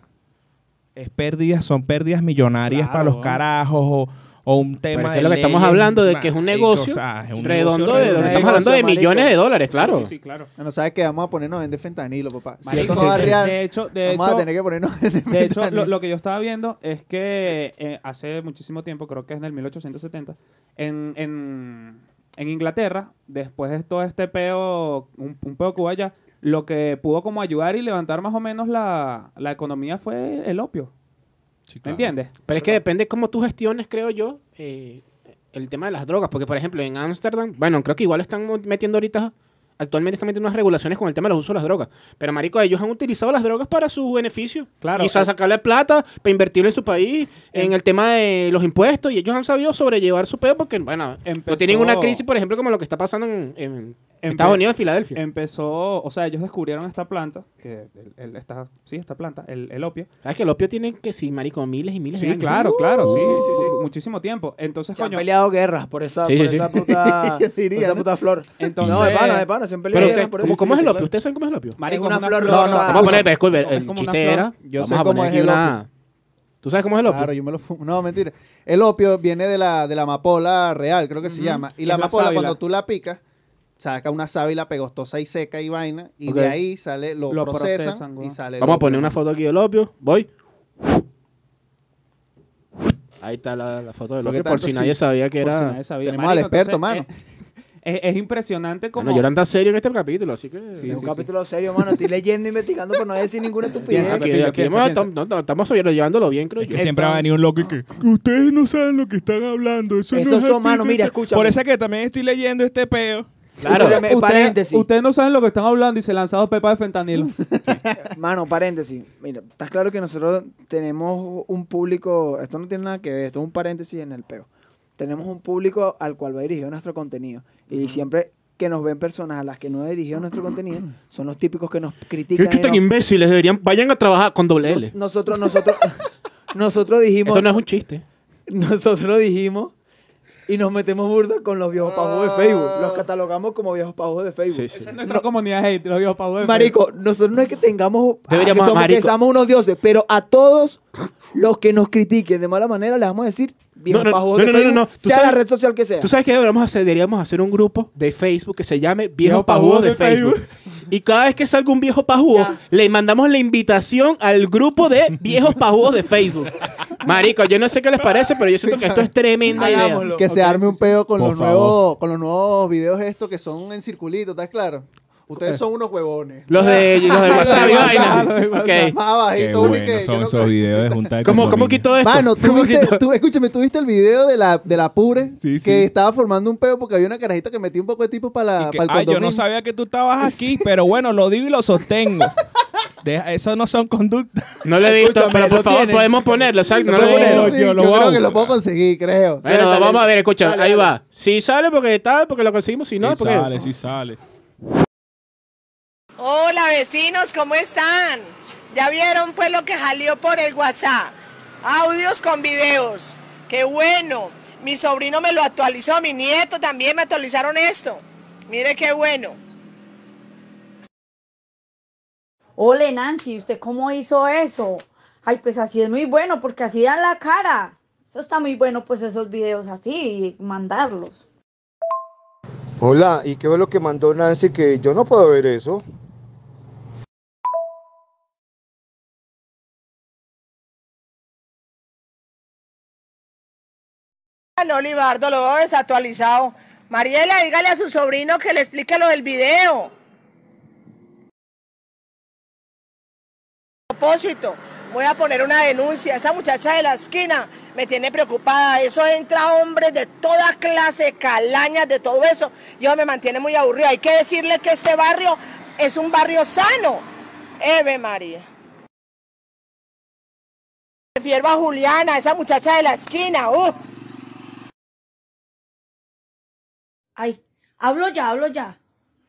S3: es pérdidas, son pérdidas millonarias
S4: Claro,
S3: para los
S4: weón.
S3: carajos o, o un
S1: Pero
S3: tema
S1: es que
S3: de
S1: lo que estamos
S3: leyes,
S1: hablando de que es un
S3: marico,
S1: negocio
S3: o sea, es un
S1: Redondo
S3: negocio
S1: de,
S2: redondo.
S1: estamos hablando de millones de dólares, claro.
S4: Sí, sí, claro.
S5: No sabes que vamos a ponernos a vender fentanilo, papá. Si
S4: Marico,
S5: esto no va a real,
S4: de hecho, de
S5: vamos
S4: hecho,
S5: a tener que ponernos a vender
S4: De hecho,
S5: fentanilo.
S4: lo, lo que yo estaba viendo es que eh, hace muchísimo tiempo, creo que es en el 1870, en, en, en Inglaterra, después de todo este peo, un, un peo que hubo allá, lo que pudo como ayudar y levantar más o menos la, la economía fue el opio.
S3: Sí,
S4: ¿Me
S3: claro.
S4: entiendes?
S1: Pero es que depende cómo tú gestiones, creo yo, eh, el tema de las drogas. Porque, por ejemplo, en Ámsterdam, bueno, creo que igual están mo- metiendo ahorita, actualmente están metiendo unas regulaciones con el tema de los usos de las drogas. Pero, marico, ellos han utilizado las drogas para su beneficio.
S4: Claro.
S1: Y
S3: eh.
S1: para sacarle plata, para invertirlo en su país,
S3: Em-
S1: en el tema de los impuestos. Y ellos han sabido sobrellevar su pedo porque, bueno, no
S4: Empezó-
S1: tienen una crisis, por ejemplo, como lo que está pasando en, en
S4: Empe-
S1: Estados Unidos, en Filadelfia.
S4: Empezó, o sea, ellos descubrieron esta planta, que el- el- esta, sí, esta planta, el- el opio,
S1: ¿Sabes que el opio tiene que, sí, marico, miles y miles de
S4: Sí,
S1: años?
S4: claro, claro, sí,
S2: sí, sí.
S4: mu- muchísimo tiempo. Entonces,
S2: Se han
S4: coño,
S2: peleado guerras por esa,
S1: Sí,
S2: por
S1: sí, sí.
S2: esa puta,
S5: Yo
S2: por
S5: diría,
S2: esa
S5: ¿no?
S2: puta flor.
S4: entonces
S2: no, de pana, de pana, se han peleado
S1: Pero,
S2: guerras
S1: usted,
S2: por
S1: ¿cómo,
S2: eso.
S1: cómo es el
S5: sí,
S1: opio?
S5: claro.
S1: ¿Ustedes saben cómo es el opio?
S4: marico,
S2: Es una
S4: es una
S2: flor
S4: flor
S5: rosada.
S4: rosada.
S1: Vamos a poner, pero disculpe,
S4: Es
S1: el
S4: Ah, como una
S1: chiste
S4: flor.
S1: era.
S5: Yo
S1: vamos
S5: sé
S1: a
S5: cómo
S1: poner
S5: es
S1: aquí
S5: el
S1: una- ¿Tú sabes cómo es el opio?
S5: Claro, yo me lo fumo. No, mentira. El opio viene de la, de la amapola real, creo que se llama. Y
S4: Es
S5: la
S4: la
S5: amapola,
S4: sábila.
S5: cuando tú la picas, saca una sábila pegostosa y seca y vaina. Y de
S1: Ok.
S5: ahí sale, lo,
S4: Lo
S5: procesan,
S4: procesan,
S5: y
S4: weón.
S5: sale. el
S1: Vamos a
S5: opio.
S1: poner una foto aquí del opio. Voy. Ahí está la, la foto del
S5: Porque
S1: opio, por
S5: tanto
S1: si
S5: sí.
S1: nadie sabía que
S4: Por si
S1: era...
S4: nadie sabía.
S5: Tenemos al experto,
S4: entonces,
S5: mano.
S4: eh, Es, es impresionante como...
S1: Bueno, yo era tan serio en este capítulo, así que.
S4: Sí,
S2: es un
S4: sí,
S2: capítulo serio, mano. Estoy leyendo, investigando para no decir ninguna estupidez.
S4: Piensa,
S1: Aquí-
S4: piensa,
S1: aquí
S4: piensa,
S1: hemos-
S4: piensa.
S1: tam- no, no, Estamos sobre- llevándolo bien, creo yo.
S3: Que siempre va a venir un loco y que ustedes no saben lo que están hablando. Eso no
S2: Esos
S3: es
S2: son,
S3: así,
S2: mano,
S3: que-
S2: mira, escúchame.
S3: Por eso es que también estoy leyendo este peo.
S1: Claro.
S2: Escúchame,
S4: Ustedes-
S2: paréntesis.
S4: Ustedes no saben lo que están hablando y se lanzado pepa de fentanilo.
S2: Mano, paréntesis. Mira, está claro que nosotros tenemos un público. Esto no tiene nada que ver, esto es un paréntesis en el peo. Tenemos un público al cual va dirigido nuestro contenido. Y siempre que nos ven personas a las que no ha dirigido nuestro contenido, son los típicos que nos critican.
S1: ¿Qué que
S2: y
S1: tan
S2: nos-
S1: imbéciles deberían. Vayan a trabajar con doble L.
S2: nosotros, nosotros, nosotros dijimos.
S1: Esto no es un chiste.
S2: Nosotros dijimos. Y nos metemos burda con los viejos pavos de Facebook.
S5: Ah.
S2: Los catalogamos como viejos pavos de
S1: Sí,
S2: Facebook.
S1: sí.
S4: Nuestra comunidad hate, lo digo Pablo.
S2: Marico, nosotros no es que tengamos ah,
S1: Deberíamos,
S2: que, somos, que
S1: marico.
S2: seamos unos dioses, pero a todos los que nos critiquen de mala manera les vamos a decir viejos
S1: No, no, no,
S2: pajos de
S1: no, no,
S2: Facebook,
S1: no, no. Tú
S2: sea la
S1: sabes-
S2: red social que sea.
S1: Tú sabes que deberíamos hacer, deberíamos hacer un grupo de Facebook que se llame Viejos
S4: Viejos
S1: Pajudos
S4: Pajudos
S1: de
S4: de
S1: Facebook. Y cada vez que salga un viejo pajudo, le mandamos la invitación al grupo de Viejos Pajudos de Facebook. Marico, yo no sé qué les parece, pero yo siento que esto es tremenda idea.
S2: Hagámoslo.
S5: Que se
S2: Ok,
S5: arme
S2: sí,
S5: un peo con
S3: Por
S5: los,
S3: favor.
S5: nuevos, con los nuevos videos estos que son en circulito, ¿estás claro?
S3: Eh.
S5: Ustedes son unos huevones.
S1: Los de, los de WhatsApp y vaina. Ok.
S5: Más
S3: Qué
S5: abajito,
S3: bueno
S5: que- que
S3: son
S5: no
S3: esos
S5: creo-
S3: videos de junta de
S1: ¿Cómo, ¿Cómo
S3: condominio.
S1: quito esto?
S5: Mano, ¿tú
S1: ¿Cómo
S5: viste,
S1: quito-
S5: tú- escúchame, ¿tú viste el video de la, de la Pure?
S3: Sí, sí.
S5: Que estaba formando un peo porque había una carajita que metía un poco de tipo para,
S3: Y que,
S5: para el
S3: "Ay, yo
S5: condominio.
S3: no sabía que tú estabas aquí, pero bueno, lo digo y lo sostengo. Deja- eso no son conductas.
S1: No lo he visto,
S3: Escúchame,
S1: pero por
S3: ¿lo
S1: favor
S3: tienes?
S1: podemos ponerlo. ¿sabes? No
S5: Pero
S1: lo ¿Eh? he
S5: bueno,
S1: visto.
S3: Ponelo,
S5: sí,
S3: yo
S5: yo
S3: lo
S5: creo
S3: hago.
S5: que lo puedo conseguir, creo.
S1: Bueno,
S2: Suéltale.
S1: vamos a ver, escucha,
S2: Dale,
S1: ahí
S2: dale.
S1: va. Si sale porque tal, porque lo conseguimos, si no,
S3: Si
S1: porque.
S3: sale, si sale.
S9: Hola vecinos, ¿cómo están? Ya vieron pues lo que salió por el WhatsApp. Audios con videos. Qué bueno. Mi sobrino me lo actualizó, mi nieto también me actualizaron esto. Mire qué bueno.
S10: Ole, Nancy, ¿usted cómo hizo eso? Ay, pues así es muy bueno, porque así dan la cara. Eso está muy bueno, pues esos videos así, y mandarlos.
S11: Hola, ¿y qué fue lo que mandó Nancy? Que yo no puedo ver eso.
S9: Ah, No, Libardo, lo veo desactualizado. Mariela, dígale a su sobrino que le explique lo del video. propósito, voy a poner una denuncia. Esa muchacha de la esquina me tiene preocupada. Eso entra hombres de toda clase, calañas, de todo eso. Yo me mantiene muy aburrida. Hay que decirle que este barrio es un barrio sano. Eve María. Prefiero a Juliana, esa muchacha de la esquina. ¡uh!
S10: Ay, hablo ya, hablo ya.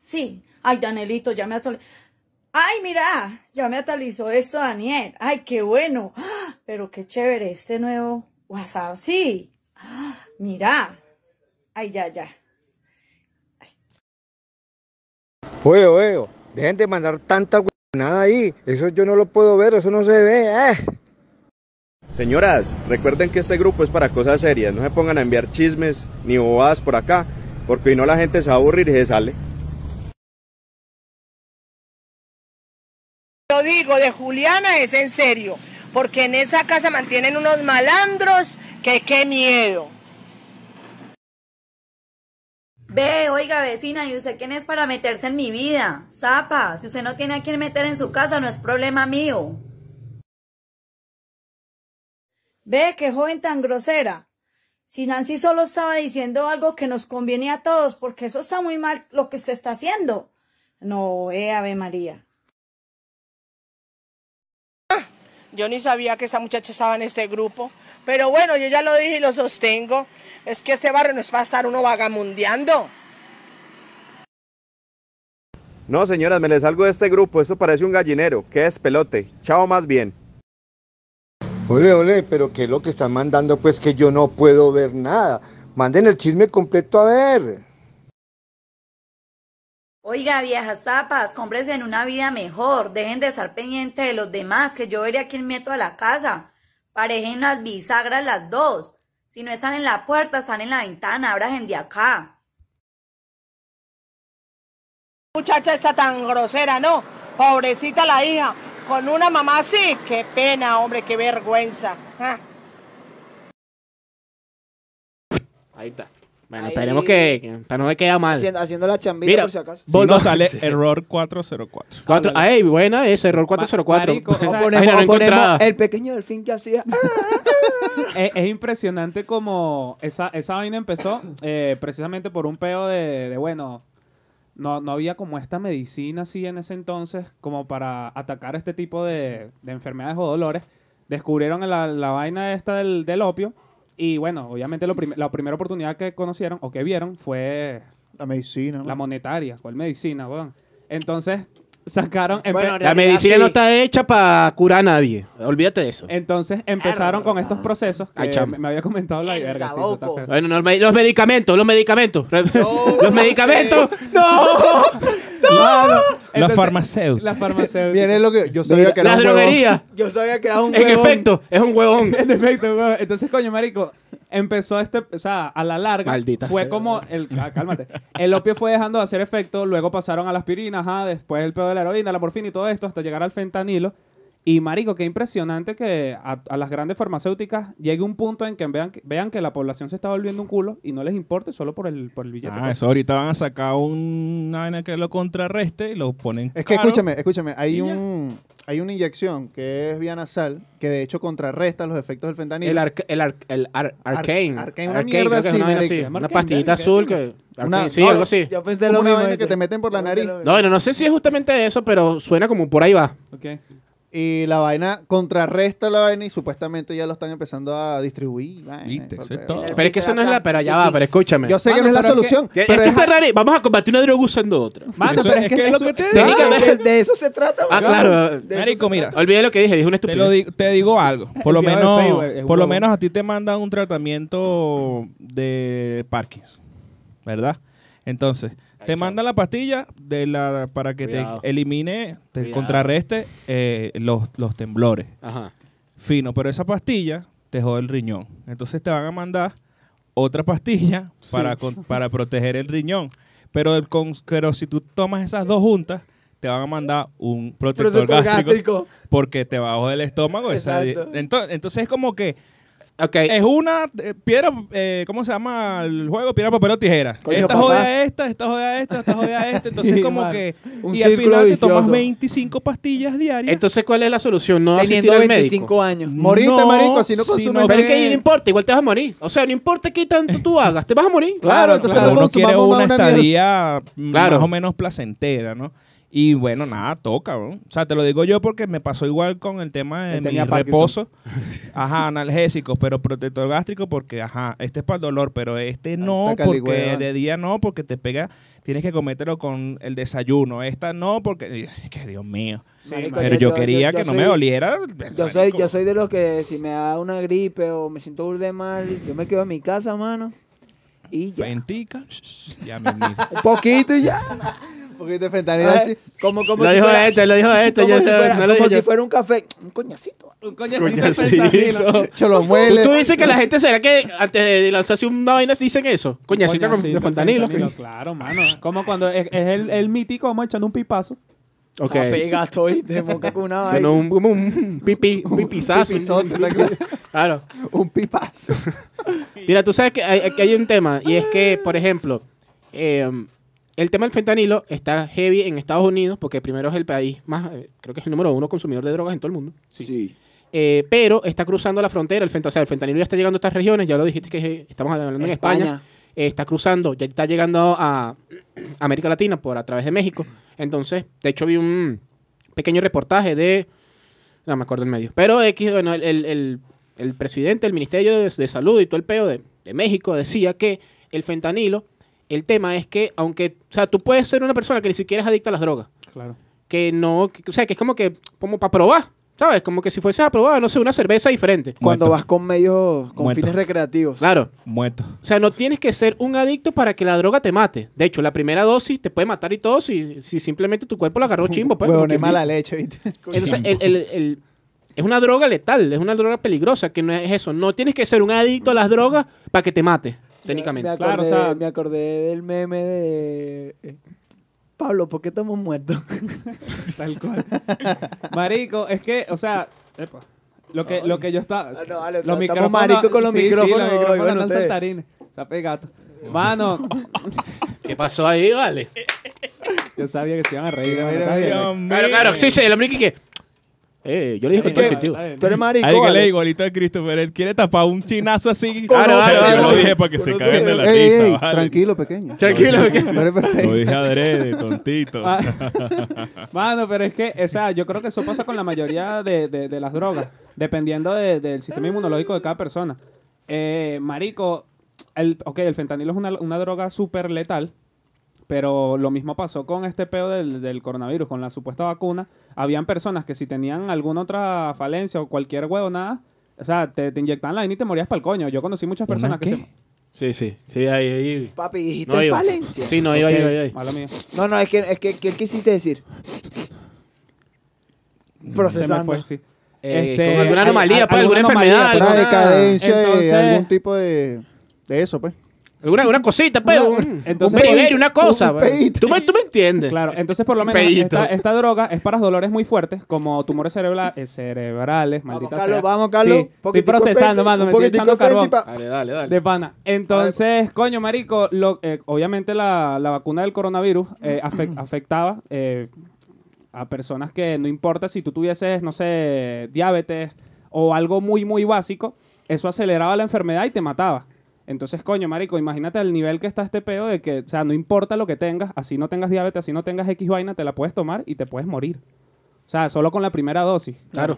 S10: Sí. Ay, Danielito, ya me actualizó. Ay, mira, ya me actualizó esto, Daniel. Ay, qué bueno. ¡Ah! Pero qué chévere este nuevo WhatsApp. Sí. ¡Ah! Mira. Ay, ya, ya.
S11: Oye, oye, dejen de mandar tanta nada ahí. Eso yo no lo puedo ver, eso no se ve. eh.
S12: Señoras, recuerden que este grupo es para cosas serias, no se pongan a enviar chismes ni bobadas por acá, porque si no la gente se va a aburrir y se sale.
S9: Lo digo, de Juliana es en serio, porque en esa casa mantienen unos malandros que qué miedo.
S10: Ve, oiga vecina, ¿y usted quién es para meterse en mi vida? Zapa, si usted no tiene a quien meter en su casa, no es problema mío. Ve, qué joven tan grosera. Si Nancy solo estaba diciendo algo que nos conviene a todos, porque eso está muy mal lo que se está haciendo. No, eh, Ave María.
S9: Yo ni sabía que esa muchacha estaba en este grupo, pero bueno, yo ya lo dije y lo sostengo. Es que este barrio no es para estar uno vagamundeando.
S12: No, señoras, me les salgo de este grupo, esto parece un gallinero, qué despelote. Chao más bien.
S11: Ole, ole, pero ¿qué es lo que están mandando? Pues que yo no puedo ver nada. Manden el chisme completo a ver.
S10: Oiga, viejas zapas, cómprese en una vida mejor. Dejen de estar pendiente de los demás, que yo veré a quién meto a la casa. Parejen las bisagras las dos. Si no están en la puerta, están en la ventana, abran de acá.
S9: Muchacha está tan grosera, ¿no? Pobrecita la hija, con una mamá así, qué pena, hombre, qué vergüenza. Ah.
S1: Ahí está. Bueno,
S2: Ahí-
S1: esperemos que, que- para no me queda mal.
S2: Haciendo, haciendo la chambita
S1: Mira,
S2: por si acaso.
S3: Si no
S1: Volvo-
S3: sale
S1: Sí.
S3: error 404.
S1: Cuatro, ay, buena ese error 404.
S4: marico, o sea,
S1: Ay, no,
S4: ponemos-
S1: no
S4: o ponemos
S1: encontraba.
S2: El pequeño delfín que hacía.
S4: es, Eh, es impresionante como esa, esa vaina empezó eh, precisamente por un peo de, de, bueno, no, no había como esta medicina así en ese entonces como para atacar este tipo de, de enfermedades o dolores. Descubrieron la, la vaina esta del, del opio y bueno, obviamente lo prim- la primera oportunidad que conocieron o que vieron fue
S5: La medicina.
S4: la monetaria, ¿cuál medicina, weón? Entonces sacaron... empe-
S1: La medicina no está hecha para curar a nadie. Olvídate de eso.
S4: Entonces empezaron con estos procesos que
S1: Ay, chamo.
S4: me, me había comentado la verga. sí, eso está feo.
S1: Bueno, no, los me- los medicamentos, los medicamentos. los medicamentos. No.
S4: Mano,
S3: Los
S4: entonces,
S3: farmacéuticos.
S4: Las farmacéuticas.
S5: Viene lo que yo sabía que era
S1: Las
S5: un huevón.
S1: droguerías.
S2: Yo sabía que era un
S1: En
S2: huevón.
S1: efecto, es un huevón.
S4: En efecto, weón. Entonces, coño, marico, empezó este, o sea, a la larga,
S1: Maldita
S4: fue
S1: sea.
S4: como el, ah, cálmate, el opio fue dejando de hacer efecto, luego pasaron a la aspirina, ajá, después el pedo de la heroína, la morfina y todo esto, hasta llegar al fentanilo. Y marico, qué impresionante que a, a las grandes farmacéuticas llegue un punto en que vean, que vean que la población se está volviendo un culo y no les importe solo por el, por el billete.
S3: Ah,
S4: pues.
S3: eso ahorita van a sacar un- una vaina que lo contrarreste y lo ponen.
S5: Es que
S3: caro.
S5: escúchame, escúchame, hay
S3: Y ya.
S5: un hay una inyección que es vía nasal que de hecho contrarresta los efectos del fentanilo.
S1: El, arca- el, ar- el ar- arcane.
S5: arcane, una
S1: Arcane,
S5: mierda
S1: creo que es
S5: así,
S1: una, vaina
S5: marico.
S1: así.
S5: Arcane,
S1: Una pastillita
S5: arcane.
S1: azul. Que,
S5: Una-
S1: arcane, sí,
S5: no,
S1: algo así.
S2: Yo pensé
S5: como
S2: lo
S5: una
S2: mismo.
S5: vaina que
S2: ¿viste?
S5: te meten por la
S2: Pensé
S5: nariz
S2: lo mismo.
S1: No, bueno, no sé si es justamente eso, pero suena como por ahí va.
S4: Ok.
S5: y la vaina contrarresta la vaina y supuestamente ya lo están empezando a distribuir. vaina,
S3: Viste,
S5: todo el
S3: eso es
S5: pedo.
S3: todo.
S1: Pero es que eso no es la. Pero ya va, pero escúchame.
S5: Yo sé que
S4: Mano,
S5: no es la
S4: pero es que-
S5: solución,
S1: Que-
S5: pero
S1: eso
S5: es-
S1: está raro. Vamos a combatir una droga usando otra.
S4: Mano,
S3: Eso
S4: pero
S3: es que es lo que te-
S1: Técnicamente.
S2: De- De eso se trata.
S1: Ah,
S2: weón.
S1: claro.
S2: De eso
S3: Marico,
S2: se
S3: mira,
S2: trata.
S1: Olvidé lo que dije, dije una
S3: te, lo
S1: estupidez.
S3: di- te digo algo. Por lo
S4: El video de Facebook
S3: menos,
S4: es
S3: por lo
S4: huevo.
S3: menos a ti te mandan un tratamiento de Parkinson, ¿verdad? Entonces, te
S1: chao.
S3: mandan la pastilla de la para que
S1: Cuidado.
S3: te elimine, te
S1: Cuidado.
S3: contrarreste eh, los, los temblores.
S1: Ajá.
S3: Fino, pero esa pastilla te jode el riñón. Entonces te van a mandar otra pastilla para, con- para proteger el riñón. Pero, el con- pero si tú tomas esas dos juntas, te van a mandar un protector,
S2: Protector
S3: gástrico,
S2: gástrico.
S3: porque te va a joder el estómago. esa di-
S2: Exacto.
S3: Ento- entonces es como que
S1: Ok.
S3: es una eh, piedra, eh, ¿cómo se llama el juego? Piedra, papel o tijera.
S2: Coño,
S3: esta
S2: papá.
S3: jode a esta, esta jode a esta, esta jode a esta. Entonces
S4: Sí,
S3: como
S4: mano.
S3: que...
S2: Un
S3: y al
S2: círculo
S3: final te tomas
S2: vicioso.
S3: 25 pastillas diarias.
S1: Entonces, ¿cuál es la solución? No asistir
S2: Teniendo
S1: al médico.
S2: 25
S4: Mm,
S2: años.
S5: Moriste, marico, si no consumes-
S1: Pero es que ahí no importa, igual te vas a morir. O sea, no importa qué tanto tú hagas, te vas a morir.
S5: Claro, entonces
S3: Pero
S5: no
S3: uno quiere
S5: consumamos
S3: una
S5: una mierda.
S3: estadía mm,
S1: Claro.
S3: más o menos placentera, ¿no? Y bueno, nada, toca, bro. O sea, te lo digo yo porque me pasó igual con el tema de
S4: Él
S3: mi
S4: tenía Parkinson.
S3: reposo. Ajá, analgésicos, pero protector gástrico porque, ajá, este es para el dolor, pero este no,
S5: está
S3: porque
S5: caligüeva.
S3: de día no, porque te pega, tienes que comértelo con el desayuno. Esta no, porque, es que Dios mío.
S4: Sí,
S2: Marico,
S4: marico.
S3: Pero yo,
S2: yo-
S3: quería
S2: yo
S3: que no
S2: soy-
S3: me doliera.
S2: Yo soy,
S3: marico.
S2: yo soy de los que si me da una gripe o me siento burde mal, yo me quedo en mi casa, mano. Y ya.
S3: Ventica, ya me miro.
S2: Un poquito y ya.
S5: un poquito de fentanilo
S2: Ah,
S5: así.
S2: Como, como
S1: Lo
S2: si
S1: dijo
S2: fuera-
S1: este, lo dijo este.
S2: como
S1: yo
S2: si
S1: sé,
S2: fuera-
S1: no lo
S2: como
S1: dije
S2: si
S1: yo.
S2: fuera un café. Un coñacito.
S4: Un coño,
S1: Coñacito.
S5: Cholo
S1: ¿Tú,
S5: muele.
S1: tú dices que la gente será que antes de lanzarse una vaina dicen eso. Coñacita con de fontanilo.
S4: Claro, mano. Como cuando es, es el, el mítico, vamos echando un pipazo.
S1: Ok.
S2: Ah, pegato, ¿viste? Moca con una
S1: Suena
S2: vaina.
S1: un, como un pipi, un pipizazo.
S5: pipizote, está claro.
S1: Claro.
S5: un pipazo.
S1: Mira, tú sabes que hay, que hay un tema, y es que, por ejemplo, eh, el tema del fentanilo está heavy en Estados Unidos, porque primero es el país más, eh, creo que es el número uno consumidor de drogas en todo el mundo.
S2: Sí.
S1: Eh, pero está cruzando la frontera, el, fent- o sea, el fentanilo ya está llegando a estas regiones, ya lo dijiste que es- eh, estamos hablando en España.
S2: España.
S1: Eh, está cruzando, ya está llegando a América Latina por a través de México. Entonces, de hecho, vi un pequeño reportaje de. No me acuerdo el medio. Pero X, bueno, el, el- el- el presidente del Ministerio de, de Salud y todo el peo de, de México decía que el fentanilo, el tema es que, aunque. O sea, tú puedes ser una persona que ni siquiera es adicta a las drogas.
S4: Claro.
S1: Que no. que- o sea, que es como que. Como para probar. ¿Sabes? Como que si fueses a probar, no sé, una cerveza diferente.
S2: Cuando
S3: Muerto.
S2: vas con medios, con
S3: Muerto.
S2: fines recreativos.
S1: Claro.
S3: Muerto.
S1: O sea, no tienes que ser un adicto para que la droga te mate. De hecho, la primera dosis te puede matar y todo si, si simplemente tu cuerpo la agarró chimbo. Pues,
S5: Huevón,
S1: porque-
S5: es mala leche, ¿viste?
S1: Entonces, el- el- el- es una droga letal, es una droga peligrosa, que no es eso. No tienes que ser un adicto a las drogas para que te mate, técnicamente.
S2: Me acordé,
S4: Claro, o sea-
S2: me acordé del meme de... eh, Pablo, ¿por qué estamos muertos?
S4: Tal cual. Marico, es que, o sea, epa, lo que, lo que yo estaba.
S2: Ah, no, vale,
S4: los
S2: estamos marico con los
S4: sí, sí,
S2: micrófonos
S4: los
S2: hoy,
S4: micrófonos
S2: bueno,
S4: andan
S2: ustedes.
S4: saltarines. Está pegado. Mano.
S1: ¿Qué pasó ahí, vale?
S4: Yo sabía que se iban a reír.
S1: Mira,
S4: mano,
S1: mira,
S4: está bien.
S1: mira. Claro, claro, sí, sí, el hombre que. Eh, yo le dije que
S3: Está
S1: todo
S3: bien,
S1: sentido.
S3: está bien.
S1: Tú eres marico,
S3: Ahí que
S1: vale.
S3: le igualito a Christopher. Él quiere tapar un chinazo así. Ah,
S1: Claro,
S3: Pero
S1: claro,
S3: Yo
S1: claro.
S3: lo dije para que se caguen de la
S5: Ey,
S3: risa.
S5: ey,
S3: ¿vale?
S5: Tranquilo, pequeño.
S3: Lo dije-
S5: Pero es perfecto.
S3: Lo dije adrede, tontito.
S4: Ah, Mano, pero es que, o sea, yo creo que eso pasa con la mayoría de, de- de las drogas, dependiendo de- del sistema inmunológico de cada persona. Eh, marico, el, ok, el fentanilo es una, una droga súper letal, pero lo mismo pasó con este peo del, del coronavirus, con la supuesta vacuna. Habían personas que si tenían alguna otra falencia o cualquier huevonada, o sea, te, te inyectaban la vaina y te morías para el coño. Yo conocí muchas personas que se...
S1: Sí, sí, sí, ahí, ahí.
S2: Papi, dijiste
S1: No iba.
S2: Valencia.
S1: Sí, no, iba,
S4: Ok,
S1: iba, iba, iba.
S4: mala mía.
S2: No, no, es que, es que, ¿qué quisiste decir? Procesando.
S4: Se me fue, sí.
S1: Eh,
S4: Este,
S1: con alguna
S4: al-
S1: anomalía,
S4: al-
S1: pues, alguna enfermedad,
S5: Una
S1: alguna-
S5: decadencia, eh,
S1: Entonces-
S5: algún tipo de, de eso, pues.
S1: Alguna, alguna cosita, pues,
S5: Una-
S1: un, un
S5: entonces-
S1: berenjero, una cosa.
S5: Un
S1: pues. ¿Tú, me, tú me entiendes.
S4: Claro, entonces por lo menos
S1: Pedito.
S4: esta, esta droga es para dolores muy fuertes, como tumores cerebra- eh, cerebrales, maldita
S2: Carlos,
S4: sea.
S2: vamos, Carlos.
S4: Sí, estoy
S2: Poquitico
S4: procesando,
S2: Fenty,
S4: mano,
S2: un
S4: me estoy
S2: poquitico
S4: echando
S2: Fenty
S4: carbón.
S2: pa-
S1: Dale, dale, dale.
S4: De pana. Entonces, coño, marico, lo- eh, obviamente la, la vacuna del coronavirus eh, afec- afectaba eh, a personas que no importa si tú tuvieses, no sé, diabetes o algo muy, muy básico, eso aceleraba la enfermedad y te mataba. Entonces, coño, marico, imagínate el nivel que está este peo de que, o sea, no importa lo que tengas, así no tengas diabetes, así no tengas X vaina, te la puedes tomar y te puedes morir. O sea, solo con la primera dosis.
S1: Claro.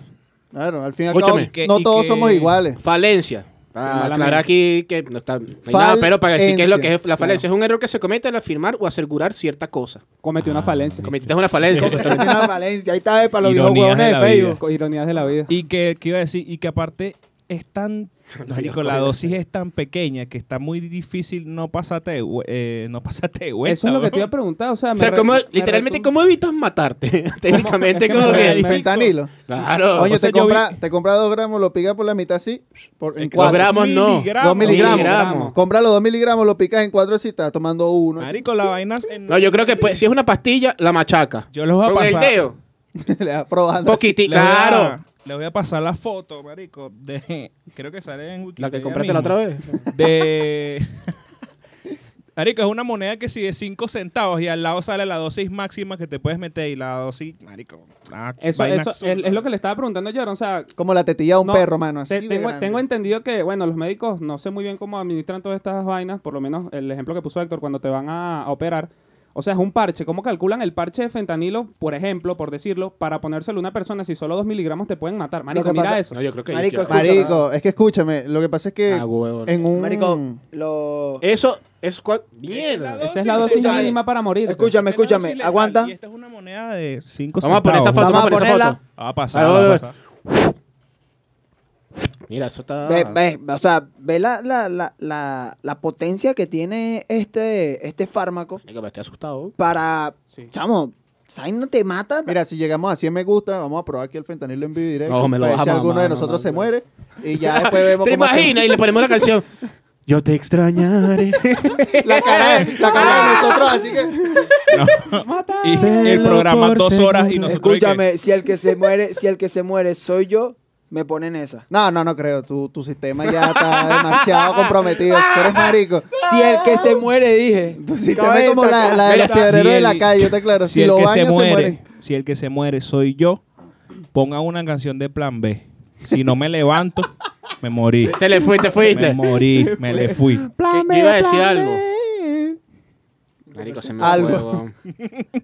S5: Claro, al fin y al cabo,
S1: Escúchame.
S5: no todos somos iguales.
S1: Falencia. Para
S5: Malamente.
S1: aclarar aquí que no está. no hay nada, pero para decir qué es lo que es la
S4: Falencia.
S1: falencia. Es un error que se comete al afirmar o asegurar cierta cosa.
S4: Comete una falencia.
S1: Cometiste una falencia.
S2: Tiene una Valencia, ahí está eh, para los viejos
S3: Ironías
S2: huevones
S3: de
S2: de
S3: la
S2: Facebook.
S4: Co- Ironías de la vida.
S3: Y que, que iba a decir, y que aparte es tan. Marico, la
S4: joder.
S3: dosis es tan pequeña que está muy difícil no pasarte, hue- eh, no pasarte vuelta.
S4: Eso es lo que
S3: bro.
S4: te iba a preguntar. O sea,
S1: O sea,
S4: me re-
S1: ¿cómo-
S4: me
S1: literalmente,
S4: retum-
S1: ¿cómo evitas matarte? Técnicamente,
S4: que
S1: como
S4: me
S1: que.
S5: El fentanilo.
S1: Claro.
S5: Oye,
S1: O sea,
S5: te,
S1: yo vi-
S5: compra, te compra dos gramos, lo picas por la mitad así. Por, en
S1: que
S5: cuatro.
S1: dos gramos no. Miligramos.
S5: Dos miligramos.
S1: Miligramos.
S5: Compra los dos miligramos, lo picas en cuatro si estás tomando uno.
S3: Marico, la vaina. es en-
S1: No, yo creo que pues, si es una pastilla, la machaca.
S3: Yo los voy a
S1: Con el
S3: pasar.
S1: dedo.
S5: Le vas probando.
S1: Poquitico.
S3: Les voy a-
S1: Claro.
S3: Les voy a pasar la foto, marico, de... Creo que sale en Wikipedia
S1: La que compraste la
S3: mismo.
S1: otra vez.
S3: De... Marico, es una moneda que si de 5 centavos y al lado sale la dosis máxima que te puedes meter y la dosis, marico, una
S4: Eso,
S3: vaina
S4: eso
S3: absurda.
S4: es, es lo que le estaba preguntando yo. O sea,
S5: Como la tetilla de un
S4: no,
S5: perro, mano. Así
S4: te-
S5: de
S4: tengo,
S5: grande.
S4: tengo entendido que, bueno, los médicos no sé muy bien cómo administran todas estas vainas. Por lo menos el ejemplo que puso Héctor cuando te van a, a operar. O sea, es un parche. ¿Cómo calculan el parche de fentanilo, por ejemplo, por decirlo, para ponérselo a una persona si solo dos miligramos te pueden matar? Marico,
S2: que
S4: mira
S2: pasa-
S4: eso.
S1: No, yo creo que.
S2: Marico,
S1: yo-
S2: escucha.
S5: Marico, es que escúchame, lo que pasa es que
S1: Ah, huevón.
S5: en un...
S2: Marico,
S3: Eh,
S2: lo...
S1: Eso es. cua- Mierda.
S4: Esa es la dosis
S1: eh.
S2: escúchame.
S4: mínima para morir.
S2: Escúchame, escúchame, aguanta.
S3: Y esta es una moneda de 5
S1: Vamos
S3: centavos.
S1: a poner esa foto.
S2: Vamos
S1: Vamos
S2: a
S1: a poner esa
S2: ponerla.
S1: foto.
S3: Va a pasar,
S1: Ah,
S3: va a
S1: ve,
S3: pasar.
S1: Mira, eso
S2: Ve,
S5: Ah.
S1: está.
S2: ve, o sea, ve la, la, la, la, la potencia que tiene este, este fármaco
S1: Marico, me estoy asustado.
S2: para...
S4: Sí.
S2: Chamo, ¿sabes? No te mata.
S5: Mira, si llegamos a 100 me gusta, vamos a probar aquí el fentanilo en vivo y directo.
S1: No, me lo
S5: para
S1: vas
S5: ver Pues, si
S1: a
S5: alguno
S1: mamar,
S5: de
S1: no,
S5: nosotros
S1: no,
S5: se
S1: no.
S5: muere y ya después vemos
S1: ¿Te
S5: cómo hacemos.
S1: imaginas? Y le ponemos la canción. Yo te extrañaré.
S5: la cara de, la cara de nosotros, así que
S3: Y el programa dos horas y nosotros...
S2: Escúchame, si el que se muere, si el que se muere soy yo, me ponen esa.
S5: no, no, no creo, tu, tu sistema ya está demasiado comprometido, tú eres marico.
S2: Si el que se muere, dije.
S5: Tu
S2: Cabe
S5: sistema es como
S2: destacar-
S5: la, la de
S1: Mira,
S5: los piedreros de la calle, yo te
S3: que,
S5: claro,
S3: si, el
S5: lo
S3: que
S5: bañas
S3: se muere, si el que se muere soy yo, ponga una canción de plan B. Si no me levanto, me morí.
S1: Te le fuiste,
S3: Me
S1: fuiste.
S3: morí, me le fui.
S5: Plan
S1: Que-
S5: B,
S1: iba a decir
S5: plan
S1: algo.
S5: B.
S1: Marico, se me
S5: Algo.
S1: fue, weón.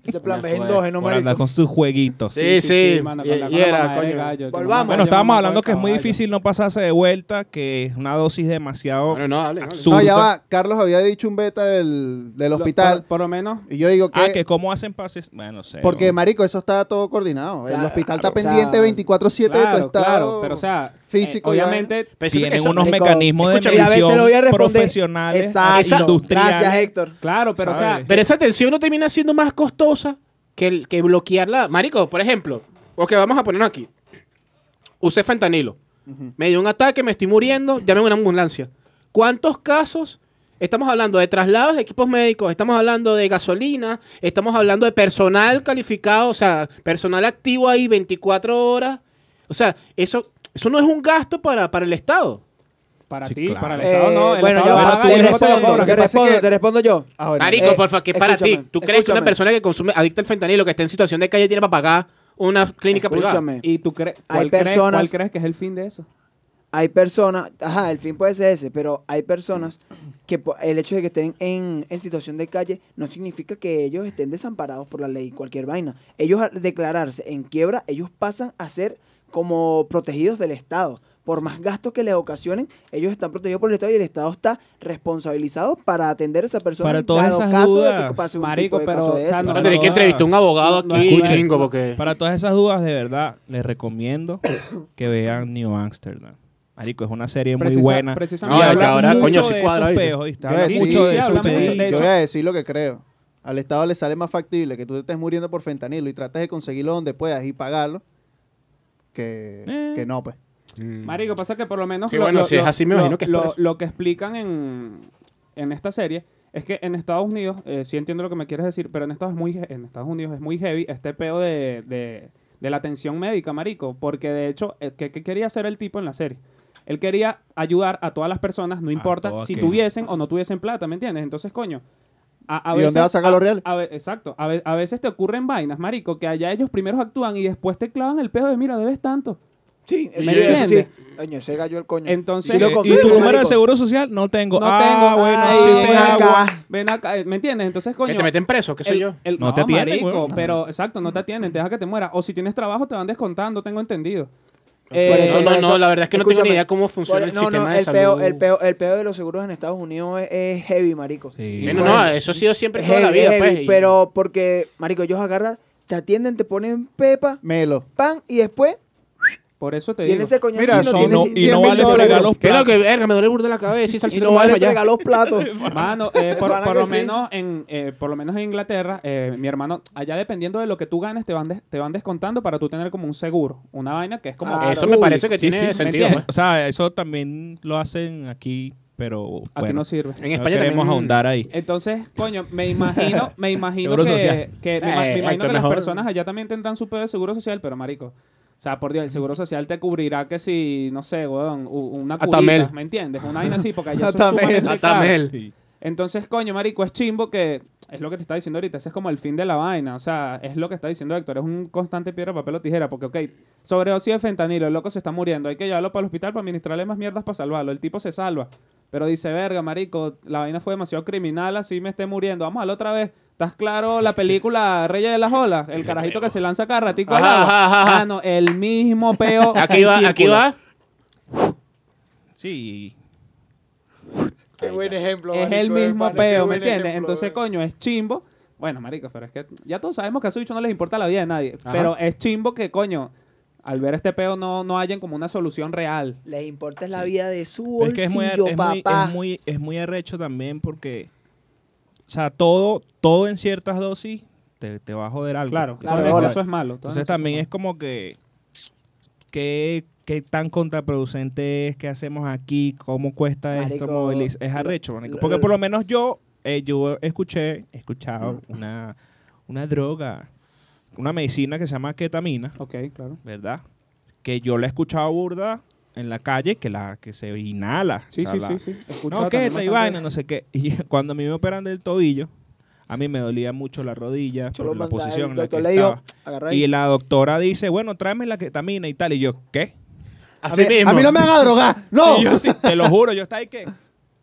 S2: Ese plan
S1: Me
S2: es
S1: fue.
S2: endógeno,
S3: Por andar
S2: marico.
S3: con sus jueguitos.
S1: Sí, sí.
S4: mano,
S1: Y
S4: con la- con
S1: y
S4: la
S1: era,
S4: mamadera de
S1: coño.
S4: gallo, tu
S2: Volvamos.
S4: mamá
S3: Bueno,
S4: se
S3: estábamos
S4: mamó
S3: hablando
S4: el
S3: que es muy
S4: caballo.
S3: difícil no pasarse de vuelta, que es una dosis demasiado...
S1: Bueno, no, dale, dale.
S3: Su-
S5: No, ya
S3: Puta.
S5: va, Carlos había dicho un beta del, del
S4: Lo-
S5: hospital
S4: Por, por lo menos.
S5: y yo digo que...
S3: Ah, que cómo hacen pases... Bueno, no sé.
S5: Porque,
S3: bueno.
S5: marico, eso está todo coordinado. el hospital está
S2: o sea,
S5: pendiente 24-7 de tu
S4: Claro,
S5: estado.
S4: claro. Pero, o sea, eh,
S5: físico ya.
S4: obviamente,
S1: Pero siento que
S3: tienen
S1: eso-
S3: unos
S2: marico,
S3: mecanismos de
S2: escúchame, a veces
S3: medición
S2: lo voy a responder.
S3: profesionales,
S2: Exacto.
S3: industriales.
S2: Gracias, Héctor.
S4: claro, pero, o sea,
S3: ¿Sabes?
S1: Pero esa tensión no termina siendo más costosa que, el, que bloquearla. Marico, por ejemplo, ok, vamos a ponernos aquí. Usé fentanilo. Me dio un ataque, me estoy muriendo, llamen a una ambulancia. ¿Cuántos casos? Estamos hablando de traslados de equipos médicos, estamos hablando de gasolina, estamos hablando de personal calificado, o sea, personal activo ahí 24 horas. O sea, eso, eso no es un gasto para, para el Estado.
S4: Para
S3: Sí,
S4: ti,
S3: claro.
S4: para el Estado,
S2: Eh,
S4: no. El
S2: bueno, ya
S4: Estado
S2: va,
S4: paga
S2: te
S4: tú, ¿cómo
S2: respondo,
S4: lo
S2: te
S4: cobras? ¿Qué pasa
S2: respondo,
S4: que-
S2: te respondo yo.
S5: Ah,
S1: Marico,
S2: Eh,
S1: porfa, que es para ti.
S2: escúchame,
S1: ¿Tú crees que una
S2: escúchame.
S1: persona que consume adicta al fentanilo, que está en situación de calle, tiene para pagar una clínica privada?
S2: Escúchame.
S4: ¿Y tú crees?
S2: Hay
S4: ¿Cuál crees-
S2: personas-
S4: ¿Cuál crees que es el fin de eso?
S2: hay personas, ajá, el fin puede ser ese, pero hay personas que po- el hecho de que estén en, en situación de calle no significa que ellos estén desamparados por la ley, cualquier vaina. Ellos al declararse en quiebra, ellos pasan a ser como protegidos del Estado. Por más gastos que les ocasionen, ellos están protegidos por el Estado y el Estado está responsabilizado para atender a esa persona
S3: Para
S2: en
S3: todas
S2: dado
S3: esas
S2: caso de que
S3: dudas.
S2: pase un tipo
S4: Marico,
S2: de
S4: pero,
S2: caso
S4: o
S2: de
S4: sea,
S2: ese.
S4: no-
S1: Voy a tener que entrevistar a un abogado
S4: No,
S1: aquí,
S4: escucha.
S1: chingo, porque...
S3: Para todas esas dudas, de verdad, les recomiendo que vean New Amsterdam. Marico, es una serie muy
S4: Precisa-
S3: buena.
S4: precisamente.
S3: Y
S1: No, es que
S3: habla
S1: ahora,
S3: mucho
S1: coño, sí
S3: de
S1: cuadra,
S3: esos
S1: ¿viste?
S3: peos, ¿viste?
S5: Yo
S3: Habla
S5: voy a decir-
S3: mucho de
S4: sí,
S3: esos
S4: habla mucho
S3: peos.
S4: de-
S5: Yo
S4: hecho-
S5: voy a decir lo que creo. Al Estado le sale más factible que tú te estés muriendo por fentanilo y trates de conseguirlo donde puedas y pagarlo que,
S3: Eh.
S5: que no, pues.
S3: Mm.
S4: Marico, pasa que por lo menos.
S1: Sí, bueno, si es así, me imagino que es
S4: lo-
S1: por eso.
S4: lo que explican en, en esta serie es que en Estados Unidos, eh, sí entiendo lo que me quieres decir, pero en Estados, es muy, he- en Estados Unidos es muy heavy este peo de, de- de la atención médica, marico. Porque de hecho, eh, ¿qué, qué quería hacer el tipo en la serie? Él quería ayudar a todas las personas, no importa
S3: todas
S4: si
S3: que-
S4: tuviesen o no tuviesen plata, ¿me entiendes? Entonces, coño. A, a
S5: ¿Y dónde vas a sacar los reales?
S4: a ve- exacto. A, ve- a veces te ocurren vainas, marico, que allá ellos primeros actúan y después te clavan el pedo de, mira, debes tanto.
S2: Sí, eso
S4: ¿Me
S2: sí, eso sí.
S4: entiendes?
S2: Coño, ese gallo el coño.
S4: Entonces-
S2: Sí lo
S4: Eh,
S3: ¿Y
S2: confirmo,
S3: tu número de
S2: marico.
S3: seguro social? No tengo.
S4: No
S3: ah,
S4: tengo.
S3: bueno,
S4: Ay,
S3: sí,
S4: ven
S3: sea
S4: acá.
S3: agua.
S4: Ven acá, eh, ¿me entiendes? Entonces, coño.
S1: Que te meten preso, Este qué sé
S4: el-
S1: yo.
S4: el-
S3: No te atienden,
S4: marico,
S3: huevón.
S4: pero exacto, no te atienden, te deja que te muera. O si tienes trabajo, te van descontando, tengo entendido. Eh,
S1: Eh,
S2: Por
S1: no,
S2: eso,
S1: no,
S2: por
S1: no,
S2: eso,
S1: la verdad es que no tengo ni
S2: escúchame.
S1: idea cómo funciona
S2: Por-
S1: el
S2: no,
S1: sistema
S2: no,
S1: de
S2: el
S1: salud.
S2: peo, el, peo, el peo de los seguros en Estados Unidos es, es heavy, marico.
S3: Sí. pues.
S1: Sí, no,
S2: Por
S1: no,
S2: eso.
S1: eso ha sido siempre
S2: Es
S1: toda la
S2: heavy,
S1: vida,
S2: heavy,
S1: pues. y-
S2: Pero porque, marico, ellos agarran, te atienden, te ponen pepa,
S5: Melo.
S2: pan y después
S4: Por eso te
S2: viene
S4: digo.
S2: ese coñazo
S5: Mira,
S2: y no
S5: son-
S3: Y
S2: tienes
S3: no,
S5: sí,
S3: y no
S5: 100.000
S3: vale
S5: dólares.
S3: fregar los pues,
S1: ¿Qué es lo
S3: platos.
S1: que, verga, me duele burda la cabeza y
S2: y
S1: salsa
S2: no vale fregar los platos.
S4: Mano, eh, por,
S2: Pana
S4: por
S2: que
S4: lo
S2: sí.
S4: menos en, eh, por lo menos en Inglaterra, eh, mi hermano, allá dependiendo de lo que tú ganes, te van, des- te van descontando para tú tener como un seguro. Una vaina que es como.
S2: Ah,
S1: Eso me
S4: Uy,
S1: parece que
S4: sí, sí,
S1: tiene
S4: ¿me
S1: sentido,
S4: entiendes?
S1: pues.
S3: O sea, eso también lo hacen aquí, pero
S4: Aquí
S3: bueno,
S4: no sirve.
S1: En
S3: no
S1: España
S3: queremos
S1: también.
S3: ahondar ahí.
S4: Entonces, coño, me imagino, me imagino
S3: Seguro
S4: que,
S3: social.
S4: que- me,
S1: Eh,
S4: ima- me
S1: acto
S4: imagino que las
S1: mejor.
S4: personas allá también tendrán su pedo de seguro social, pero marico. O sea, por Dios, el seguro social te cubrirá que si, no sé, weón, u- una curita,
S1: Atamel.
S4: ¿me entiendes? Una vaina así, porque allá eso es
S5: Atamel,
S4: sumamente caro.
S1: Atamel.
S3: Sí.
S4: Entonces, coño, marico, es chimbo que es lo que te está diciendo ahorita, ese es como el fin de la vaina, o sea, es lo que está diciendo Héctor, es un constante piedra, papel o tijera, porque, ok, sobredosis de fentanilo, el loco se está muriendo, hay que llevarlo para el hospital para administrarle más mierdas para salvarlo, el tipo se salva, pero dice, verga, marico, la vaina fue demasiado criminal, así me esté muriendo, vamos a la otra vez. ¿Estás claro la película Reyes de las Olas? El carajito que se lanza cada ratico al
S1: Ajá, ajá,
S4: agua.
S1: ajá, ajá.
S4: Mano, el mismo peo.
S1: Aquí
S4: en
S1: va, aquí
S4: círculo.
S1: va.
S3: Sí.
S2: Qué buen ejemplo,
S4: es el mismo peo, ¿me entiendes? Entonces, coño, es chimbo. Bueno, marico, pero es que ya todos sabemos que a esos bichos no les importa la vida de nadie.
S1: Ajá.
S4: Pero es chimbo que, coño, al ver este peo no, no hayan como una solución real.
S2: Les importa es la vida de su
S3: Pero es que es muy,
S2: bolsillo,
S3: es, muy,
S2: papá.
S3: es, muy, es muy arrecho también porque, o sea, todo, todo en ciertas dosis te, te va a joder algo.
S4: Claro,
S3: Te
S2: claro,
S4: todo
S3: va a
S4: en
S2: ahora.
S3: joder.
S4: exceso es malo. todo en
S3: Entonces
S4: exceso
S3: también
S4: es
S3: es como que, que, que tan contraproducente es que hacemos aquí, cómo cuesta
S2: Marico,
S3: esto movilizar. Es arrecho,
S2: lo-
S3: marico.
S2: lo-
S3: Porque por lo menos yo, eh, yo escuché, he escuchado una, una droga, una medicina que se llama ketamina.
S4: malo. Ok, claro.
S3: ¿verdad? Que yo la he escuchado burda en la calle, que la que se inhala.
S4: Sí,
S3: o sea,
S4: sí,
S3: la-
S4: sí, sí. Escuchaba
S3: No, que
S4: también
S3: esta y
S4: bastante
S3: vaina,
S4: eso.
S3: no sé qué. Y cuando a mí me operan del tobillo, a mí me dolía mucho la rodilla
S2: Yo lo
S3: por la
S2: mandaba, el
S3: posición en la que
S2: doctor le dijo,
S3: estaba.
S2: agarra ahí.
S3: Y la doctora dice, bueno, tráeme la ketamina y tal. Y yo, ¿qué?
S1: Así
S5: a, mí,
S1: mismo.
S5: a mí no me van a drogar. No.
S3: Y yo sí, te lo juro, yo estaba ahí que...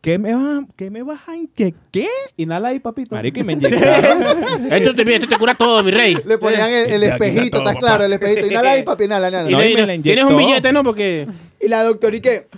S3: ¿Qué me, vas ¿Qué me vas a ¿Qué? ¿Qué?
S4: Inhala ahí, papito.
S3: Marico, y me inyectaron.
S1: Esto te, esto te cura todo, mi rey.
S5: Le ponían el, el
S3: Te quita
S5: espejito,
S3: todo,
S5: ¿estás
S3: papá.
S5: claro? El espejito. Inhala ahí, papi, inhala, inhala.
S1: Y
S3: No,
S1: le-
S3: y me la
S1: Tienes un
S3: inyectó.
S1: billete, ¿no? Porque...
S2: Y la doctora, ¿y qué?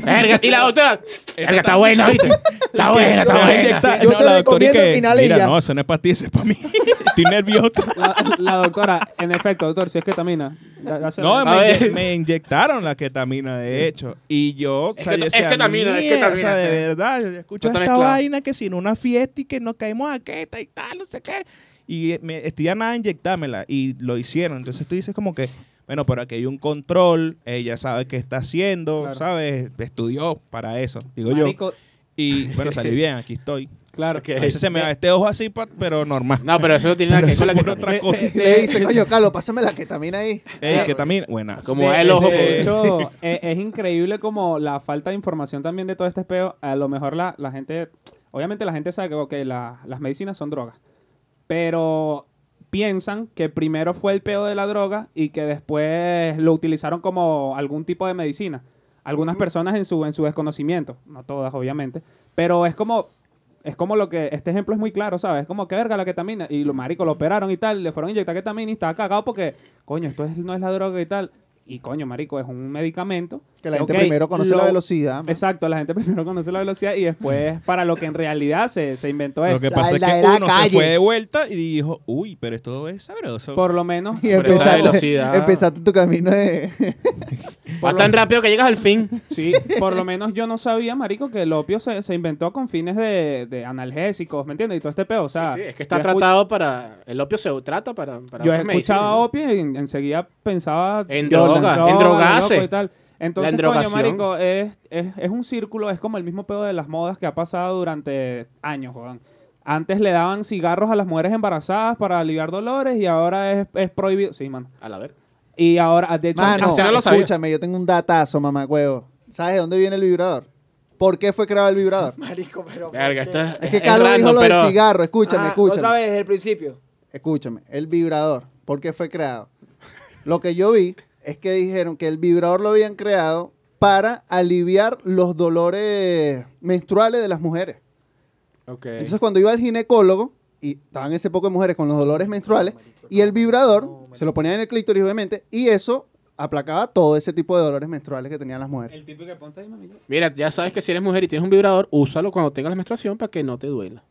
S1: Verga, y la doctora. Verga, está buena, ¿viste? Está buena,
S3: Me
S1: está
S3: van a
S1: buena.
S3: inyectar.
S2: Yo
S3: No,
S2: te
S3: la doctora y
S2: recomiendo
S3: que,
S2: final y
S3: Mira,
S2: ya".
S3: no, eso no es para ti, eso es para mí. Estoy nerviosa.
S4: La, la doctora, en efecto, doctor, si es ketamina. da- dásela.
S3: No,
S1: A
S3: me,
S1: ver.
S3: inye- me inyectaron la ketamina, de hecho. Y yo,
S1: Es
S3: o sea,
S1: que-
S3: yo
S1: es
S3: decía,
S1: ketamina, es
S3: "Mierda",
S1: ketamina.
S3: O sea, de verdad, yo escucho
S1: No está
S3: esta
S1: mezclado.
S3: vaina que sin una fiesta y que nos caímos a queta y tal, no sé qué. Y eh, me, estoy a nada de inyectármela. Y lo hicieron. Entonces tú dices como que, bueno, pero aquí hay un control. Ella sabe qué está haciendo,
S4: Claro.
S3: ¿sabes? Estudió para eso, digo yo.
S4: Marico,
S3: Y bueno, salí bien, aquí estoy.
S4: Claro.
S3: A veces se me va este ojo así, pa- pero normal.
S1: No, pero eso no tiene nada que ver con la
S3: por
S1: que-
S3: otra cosa.
S5: Le dice, coño, Carlos, pásame la ketamina ahí.
S3: Ey, que también, buena.
S1: Como
S4: De-
S1: el ojo,
S4: De
S1: pues.
S4: hecho, es, es increíble como la falta de información también de todo este peo. A lo mejor la, la gente, obviamente la gente sabe que ok, la- las medicinas son drogas, pero piensan que primero fue el peo de la droga y que después lo utilizaron como algún tipo de medicina. Algunas personas en su, en su desconocimiento, no todas obviamente, pero es como es como lo que este ejemplo es muy claro, ¿sabes? Es como que verga la ketamina y los maricos lo operaron y tal, le fueron a inyectar ketamina y estaba cagado porque, coño, esto es- no es la droga y tal. Y coño, marico, es un medicamento.
S5: Que la gente
S4: ok,
S5: primero conoce la
S4: lo-
S5: velocidad. man.
S4: Exacto, la gente primero conoce la velocidad y después para lo que en realidad se, se inventó esto.
S3: Lo que pasa es que uno se fue de vuelta y dijo, uy, pero esto es sabroso.
S4: Por lo menos.
S5: Y
S3: Por esa
S5: empezaste,
S3: velocidad.
S5: empezaste tu camino de...
S1: Va tan rápido que llegas al fin.
S4: Sí, por lo menos yo no sabía, marico, que el opio se, se inventó con fines de, de analgésicos, ¿me entiendes? Y todo este peo, o sea...
S1: Sí, es que está
S4: yo escu-
S1: tratado para. El opio se trata para. para
S4: Yo
S1: otras medicinas,
S4: escuchaba
S1: ¿no?
S4: opio y en- enseguida pensaba...
S1: En
S4: Jordan,
S1: droga, en
S4: loco
S1: drogarse.
S4: y tal. Entonces,
S1: La
S4: coño,
S1: endrogación.
S4: marico, es, es, es un círculo, es como el mismo pedo de las modas que ha pasado durante años, jodan. Antes le daban cigarros a las mujeres embarazadas para aliviar dolores y ahora es, es prohibido. Sí, mano.
S1: A la ver.
S4: Y ahora, de hecho,
S5: Mano,
S4: o sea,
S5: escúchame, yo tengo un datazo, mamagüevo. ¿Sabes de dónde viene el vibrador? ¿Por qué fue creado el vibrador?
S2: Marico, pero.
S1: Verga, esto es.
S5: Es que
S1: es
S5: Carlos dijo
S1: random,
S5: lo
S1: pero-
S5: del cigarro, escúchame,
S2: Ah,
S5: escúchame.
S2: Otra vez, desde el principio.
S5: Escúchame, el vibrador, ¿por qué fue creado? Lo que yo vi es que dijeron que el vibrador lo habían creado para aliviar los dolores menstruales de las mujeres.
S1: Ok.
S5: Entonces, cuando iba al ginecólogo, y estaban ese poco de mujeres con los dolores menstruales, y el vibrador se lo ponían en el clítoris, obviamente, y eso aplacaba todo ese tipo de dolores menstruales que tenían las mujeres.
S4: El tipo que ponte ahí, mami.
S1: Mira, ya sabes que si eres mujer y tienes un vibrador, úsalo cuando tengas la menstruación para que no te duela.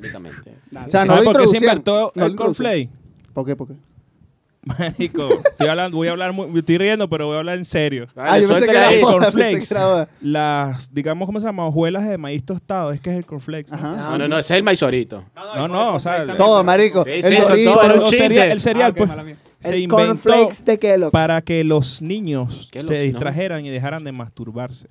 S1: Médicamente.
S5: O sea, no
S3: ¿Sabes
S5: lo
S3: por qué se
S5: introducían,
S3: inventó
S5: no lo
S3: el cornflake?
S5: ¿Por qué? ¿Por qué?
S3: Marico, estoy hablando, voy a hablar, muy- me estoy riendo, pero voy a hablar en serio.
S5: Ah, yo pensé que era
S3: El
S5: boda, pensé
S3: cornflakes,
S5: que era boda.
S3: las, digamos, ¿cómo se llama? Hojuelas de maíz tostado, es que es el cornflakes. ¿no?
S5: Ajá.
S1: No, no, no, ese es el maizorito.
S3: No, no, o sea, el-
S5: Todo, marico.
S1: Sí,
S5: El
S1: sí, eso,
S5: dorito,
S1: todo era un
S3: el
S1: chiste.
S3: cereal, el cereal,
S4: Ah, ok,
S3: pues,
S4: mala mía.
S3: se
S2: el
S3: inventó
S2: cornflakes de Kellogg's.
S3: para que los niños
S1: Kellogg's,
S3: se
S1: ¿no?
S3: distrajeran y dejaran de masturbarse.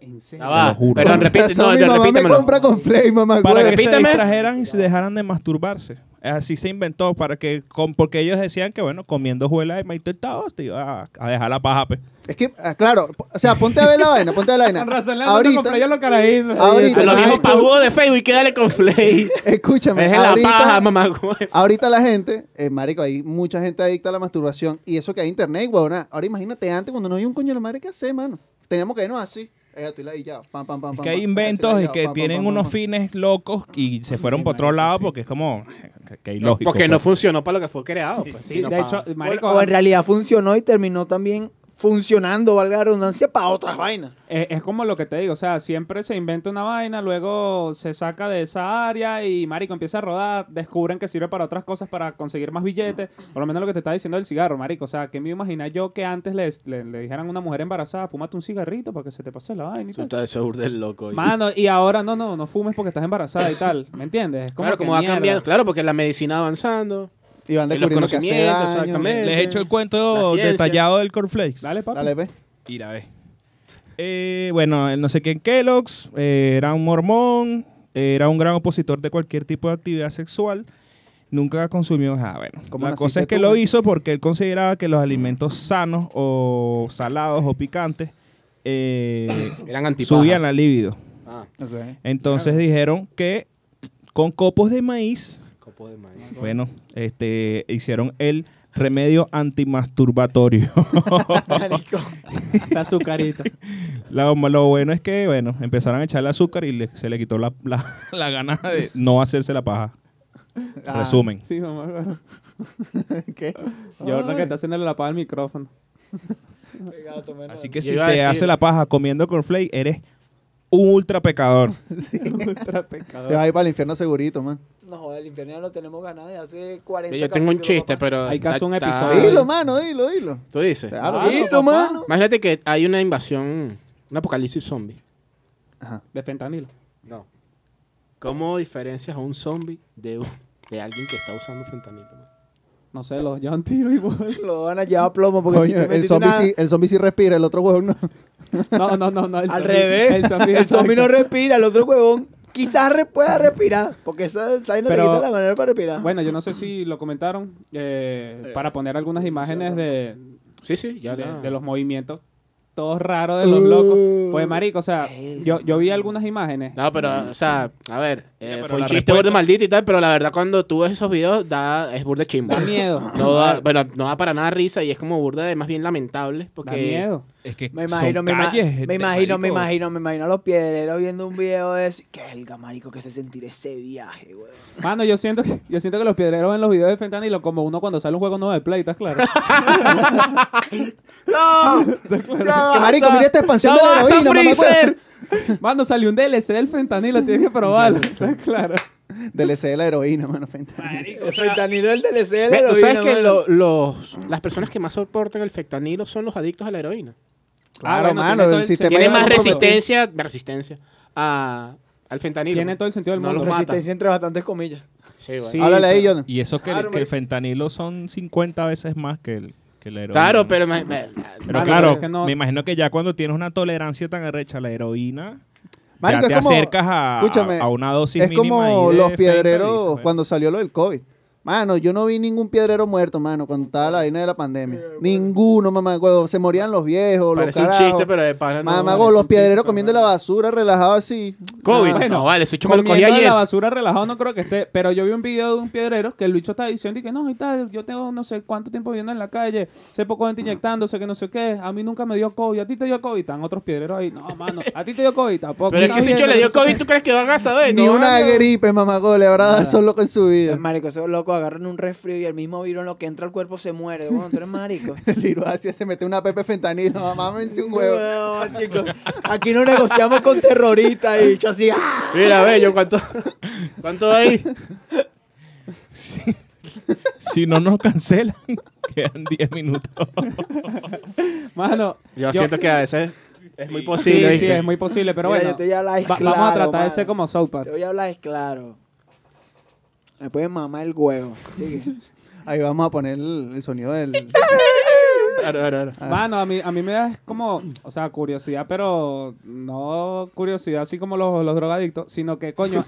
S4: ¿En serio?
S1: Ya va.
S3: lo juro.
S1: Perdón, repite,
S5: Eso
S1: no,
S5: mi
S1: ya,
S5: mamá me
S1: repítemelo.
S5: compra con flame, mamá.
S3: Para que
S5: huevo.
S3: se
S1: Repíteme.
S3: distrajeran y se dejaran de masturbarse. Así se inventó, para que, con, porque ellos decían que, bueno, comiendo hojuelas de maíz tostado te iba a, a dejar la paja, pues.
S5: Es que, ah, claro, o sea, ponte a ver la vaina, ponte a ver la vaina.
S4: Con razón, le ahorita,
S5: ahorita,
S4: compró yo los carajitos.
S5: ahorita,
S1: A los
S5: Ay,
S1: viejos
S5: tú-
S1: pajudos de Facebook y quédale con Flay.
S5: escúchame,
S1: Es en la
S5: ahorita,
S1: paja, mamá.
S5: ahorita la gente, eh, marico, hay mucha gente adicta a la masturbación y eso que hay internet, huevona. Ahora imagínate antes cuando no había un coño de la madre, ¿qué hacer, mano? Teníamos que irnos así. Eh, estoy ladillado, pam, pam, pam,
S3: Es
S5: pam,
S3: que hay
S5: pam,
S3: inventos
S5: estoy
S3: y
S5: ladillado,
S3: que
S5: pam, pam,
S3: tienen
S5: pam,
S3: unos
S5: pam,
S3: fines locos y se fueron para otro lado porque es como que- que ilógico.
S1: Porque no
S3: pues.
S1: funcionó para lo que fue creado. pues,
S4: Sí,
S1: sino
S4: de
S1: pa-
S4: hecho,
S2: O-
S4: marico,
S2: o en realidad funcionó y terminó también funcionando, valga la redundancia, para otras vainas.
S4: Eh, Es, como lo que te digo, o sea, siempre se inventa una vaina, luego se saca de esa área y marico empieza a rodar, descubren que sirve para otras cosas, para conseguir más billetes, por lo menos lo que te está diciendo del cigarro, marico, o sea, que me imagina yo que antes les- le, le dijeran a una mujer embarazada, fúmate un cigarrito para que se te pase la vaina y
S1: Eso
S4: tal.
S1: está eso es burda de loco.
S4: Mano, y ahora no, no, no fumes porque estás embarazada y tal, ¿me entiendes? Es como
S1: claro,
S4: que
S1: como va
S4: mierda.
S1: cambiando. Claro, porque la medicina avanzando.
S5: pam. Y van
S1: Y los
S5: descubriendo que hace
S1: conocimientos,
S5: daño.
S1: exactamente.
S3: Les he hecho el
S1: La
S3: cuento
S1: ciencia.
S3: detallado del cornflakes.
S4: Dale, papi.
S5: Dale, ve.
S3: Y la ve. Eh, bueno, el no sé quién Kellogg's eh, era un mormón, era un gran opositor de cualquier tipo de actividad sexual. Nunca consumió nada. Bueno,
S5: ¿Cómo
S3: la
S5: naciste
S3: cosa es que
S5: tú,
S3: lo
S5: güey?
S3: hizo porque él consideraba que los alimentos sanos o salados o picantes eh,
S1: Eran antipaja.
S3: subían la libido.
S1: Ah,
S5: Ok.
S3: Entonces dijeron que con copos de maíz,
S1: copo de maíz.
S3: bueno, este, hicieron el remedio antimasturbatorio.
S4: Está azucarito.
S3: Lo, lo bueno es que, bueno, empezaron a echarle azúcar y le- se le quitó la, la, la gana de no hacerse la paja.
S5: Ah,
S3: Resumen.
S4: Sí, mamá. bueno.
S5: ¿Qué?
S4: Jordan que está haciéndole la paja al micrófono.
S3: Así que
S1: Yo
S3: si
S1: iba a
S3: te
S1: decir-
S3: hace la paja comiendo cornflake, eres un ultra pecador.
S4: Ultra
S5: Te vas
S4: pecador.
S5: a ir para el infierno segurito, man.
S2: No, joder, el infierno ya lo tenemos ganado de hace 40
S1: Yo tengo un
S2: capítulos,
S1: chiste,
S2: papá.
S1: pero.
S4: Hay que
S1: ta-
S4: hacer un
S1: ta-
S4: episodio.
S5: Dilo, mano, dilo, dilo.
S1: Tú dices.
S3: Ah.
S5: Claro.
S4: Claro,
S2: Dilo,
S4: papá.
S2: mano.
S1: Imagínate que hay una invasión, un apocalipsis zombie.
S5: Ajá.
S4: De fentanilo.
S1: No. ¿Cómo diferencias a un zombie de, un- de alguien que está usando fentanilo? man?
S4: No sé, los llevan tiro y
S2: Lo van a llevar a plomo porque si
S5: Coño,
S2: te
S5: el,
S2: metiste
S5: zombie
S2: una-
S5: sí, el zombie sí respira, el otro huevón no.
S4: No, no, no, no. el
S2: Al
S4: zombie-
S2: revés. El zombie, no
S4: exacto.
S2: respira, el otro huevón quizás re- pueda respirar. Porque eso es la vaina te
S4: Pero-
S2: quita la manera para respirar.
S4: Bueno, yo no sé si lo comentaron. eh, para poner algunas imágenes de. de,
S1: ya.
S4: de los movimientos. Todos raros de los locos. Pues,
S2: Uh,
S4: marico, o sea, yo, yo vi algunas imágenes.
S1: No, pero, o sea, a ver, eh,
S4: Mm. pero
S1: fue un
S4: la
S1: chiste
S4: respuesta-
S1: burda maldito y tal, pero la verdad cuando tú ves esos videos da, es burda chimbo.
S4: Da miedo.
S1: No da, bueno, no da para nada risa y es como burda de más bien lamentable. Porque
S4: Da miedo.
S3: Es que
S2: Me imagino, me, ima- me imagino, me imagino, me imagino a los piedreros viendo un video de eso. Qué el marico, que se sentirá ese viaje, güey.
S4: Mano, yo siento que, yo siento que los piedreros ven los videos de Fentanilo como uno cuando sale un juego nuevo de Play, ¿estás claro?
S5: ¡No!
S4: basta.
S5: Marico, mira esta expansión
S4: ¡No
S5: de la
S4: basta,
S5: heroína, mamá,
S2: pues.
S4: Freezer! Mano, salió un DLC del Fentanilo, tienes que probarlo, ¿estás claro?
S5: pues. DLC de la heroína, mano. fentanilo.
S2: El fentanilo del DLC de
S1: Ve,
S2: la
S1: ¿Tú sabes
S2: heroína,
S1: que
S2: mano.
S1: lo- los, las personas que más soportan el fentanilo son los adictos a la heroína?
S5: Claro, bueno, mano, tiene todo el el sistema
S1: Tiene
S5: ya
S1: más
S5: lo comprometió.
S1: resistencia, resistencia a- al fentanilo.
S4: Tiene todo el sentido del
S1: No
S4: mundo.
S1: los mata.
S2: Resistencia entre bastantes comillas.
S1: Sí, bueno.
S5: Háblale ahí, Jonathan.
S3: Y eso que,
S1: Claro,
S3: que el fentanilo son 50 veces más que el, que la heroína.
S1: Claro, pero
S3: ¿no?
S1: me- me-
S3: Pero
S1: Mano,
S3: claro,
S1: pero es que no-
S3: me imagino que ya cuando tienes una tolerancia tan arrecha a la heroína,
S5: Marico,
S3: ya
S5: es
S3: te
S5: como-
S3: acercas a,
S5: escúchame,
S3: a una dosis
S5: es
S3: mínima.
S5: como
S3: ahí de
S5: los
S3: Fentanil,
S5: piedreros
S3: ¿sabes?
S5: cuando salió lo del COVID. Mano, yo no vi ningún piedrero muerto, mano, cuando estaba la vaina de la pandemia. Ninguno, mamá, huevo. Se morían los viejos,
S1: Parece
S5: los
S1: un
S5: carajos.
S1: chiste, pero de pana no,
S5: Mamá,
S1: parece
S5: huevo,
S1: un
S5: los
S1: chiste,
S5: piedreros comiendo la basura, relajado así.
S1: COVID.
S5: Ah,
S1: no, vale, ese chamo lo cogí
S4: comiendo de
S1: ayer.
S4: la basura relajado no creo que esté, pero yo vi un video de un piedrero que el Lucho estaba diciendo y que no, y tal, yo tengo no sé cuánto tiempo viviendo en la calle, sé poco gente inyectándose, que no sé qué, a mí nunca me dio COVID, a ti te dio COVID, están otros piedreros ahí, no, mano, a ti te dio COVID tampoco.
S1: Pero es que
S4: estás
S1: si yo
S4: viendo,
S1: le dio
S4: no sé
S1: COVID, ¿tú crees que van a saber?
S5: Ni
S1: No,
S5: una
S1: no.
S5: gripe, mamá, huevo, le habrá dado
S2: Nada.
S5: eso loco en su vida.
S2: El marico, esos locos agarran un resfrío y el mismo virus en lo que entra al cuerpo se muere. Bueno, tú eres marico.
S5: El Iroacia se mete una pepe fentanilo, mamá, me hice un huevo.
S2: Huevón, chicos. Aquí no negociamos con terroristas y yo así. ¡ah!
S1: Mira, bello, ¿cuánto, cuánto hay?
S3: Si no nos cancelan, quedan 10 minutos.
S4: qué. Mano,
S1: Yo, siento que a veces es muy
S4: sí,
S1: posible.
S4: sí,
S1: ¿viste?
S4: es muy posible, pero
S2: Mira,
S4: bueno,
S2: yo te voy a hablar es
S4: va-
S2: claro,
S4: vamos a tratar de
S2: mano.
S4: ser como South Park.
S2: Te voy a hablar es claro. Me pueden mamar el huevo. Sigue.
S5: Ahí vamos a poner el, el sonido del.
S1: Claro, claro, claro.
S2: Ah.
S4: Mano, a mí, a mí me da como, o sea, curiosidad, pero no curiosidad así como los, los drogadictos, sino que, coño,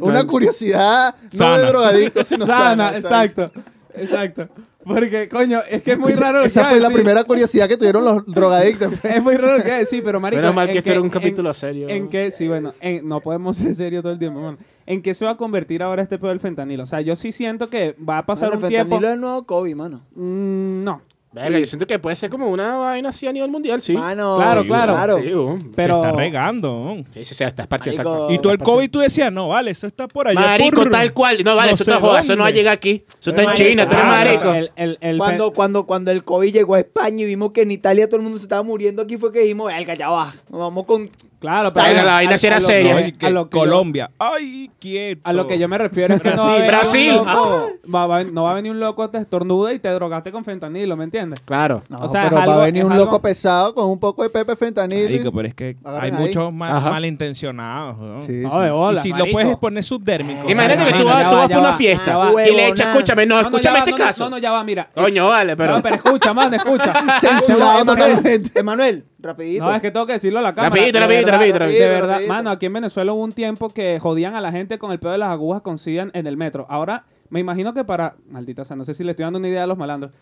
S5: Una curiosidad no de
S4: Sana.
S5: drogadicto, sino sana. ¿sabes?
S4: exacto, exacto. Porque, coño, es que es muy
S5: Escucha,
S4: raro. lo que
S5: Esa
S4: iba a
S5: fue la
S4: decir. Eh,
S5: primera curiosidad que tuvieron los drogadictos.
S4: Es muy raro lo que iba a decir, pero marico.
S1: Menos mal
S4: en
S1: que esto era un capítulo
S4: en-
S1: serio.
S4: En que, sí, bueno, en- no podemos ser serios todo el tiempo, mano. ¿En qué se va a convertir ahora este pedo del fentanilo? O sea, yo sí siento que va a pasar
S2: Mano,
S4: un
S2: el fentanilo
S4: tiempo.
S2: es el nuevo COVID, mano.
S4: Mm, no.
S1: Verga, yo siento que puede ser como una vaina así a nivel mundial, sí.
S2: Mano,
S4: Claro,
S3: Sí,
S4: claro.
S1: Sí, boom.
S4: Pero.
S3: Se está regando. ¿no?
S1: Sí, sí, o sea, estás parcial.
S2: Marico,
S1: exacto.
S3: Y tú el COVID, tú decías, no, vale, eso está por allá.
S1: Marico,
S3: por-
S1: tal cual. No, vale,
S3: no
S1: eso
S3: sé
S1: está joda, eso no va a
S3: dónde.
S1: llegar aquí. Eso está en
S2: Marico,
S1: China, tú eres
S2: claro.
S1: marico.
S4: El, el, el
S2: Cuando, cuando, cuando el COVID llegó a España y vimos que en Italia todo el mundo se estaba muriendo, aquí fue que dijimos, verga, ya va. Nos Vamos con.
S4: fen- Claro, pero.
S1: Verga, la
S4: a-
S1: vaina sí
S4: a
S1: era
S4: lo-
S1: seria.
S4: a
S3: Ay, que
S4: lo que yo-
S3: Colombia. Ay, quieto.
S4: A lo que yo me refiero es que no va a
S3: Brasil,
S1: Brasil.
S4: venir un loco- va- va- no va a venir un loco te estornuda y te drogaste con fentanilo, ¿me entiendes?
S1: Claro.
S5: No,
S4: O sea,
S5: pero
S4: es algo-
S5: va a venir
S4: es
S5: un
S4: algo-
S5: loco pesado con un poco de pepe fentanilo. y-
S3: Marico, pero es que hay
S5: Agarren ahí.
S3: muchos mal,
S1: Ajá.
S3: malintencionados. ¿no?
S5: Sí,
S4: No, eh.
S5: sí.
S4: de bola,
S3: y si lo
S4: marico.
S3: puedes poner subdérmico.
S1: Imagínate que
S4: ya
S1: tú
S4: va,
S1: vas,
S4: ya
S1: tú
S4: va,
S1: vas
S4: ya
S1: por una
S4: va.
S1: fiesta
S4: Ah, ya
S1: y le
S2: va.
S1: echas, escúchame, no,
S4: No, no,
S1: escúchame
S4: ya va,
S1: este
S4: no, no,
S1: caso.
S4: No, no, ya va, mira.
S1: Coño, vale, pero.
S4: No, pero escucha, mano, escucha.
S5: Censurado totalmente.
S2: Emanuel, rapidito.
S4: No, es que tengo que decirlo a la cámara.
S1: Rapidito,
S4: De
S1: rapidito,
S4: verdad,
S1: rapidito,
S4: De
S2: rapidito.
S4: verdad,
S2: Rapidito.
S4: mano, aquí en Venezuela hubo un tiempo que jodían a la gente con el pedo de las agujas con SIDA en el metro. Ahora, me imagino que para... Maldita sea, no sé si le estoy dando una idea a los malandros.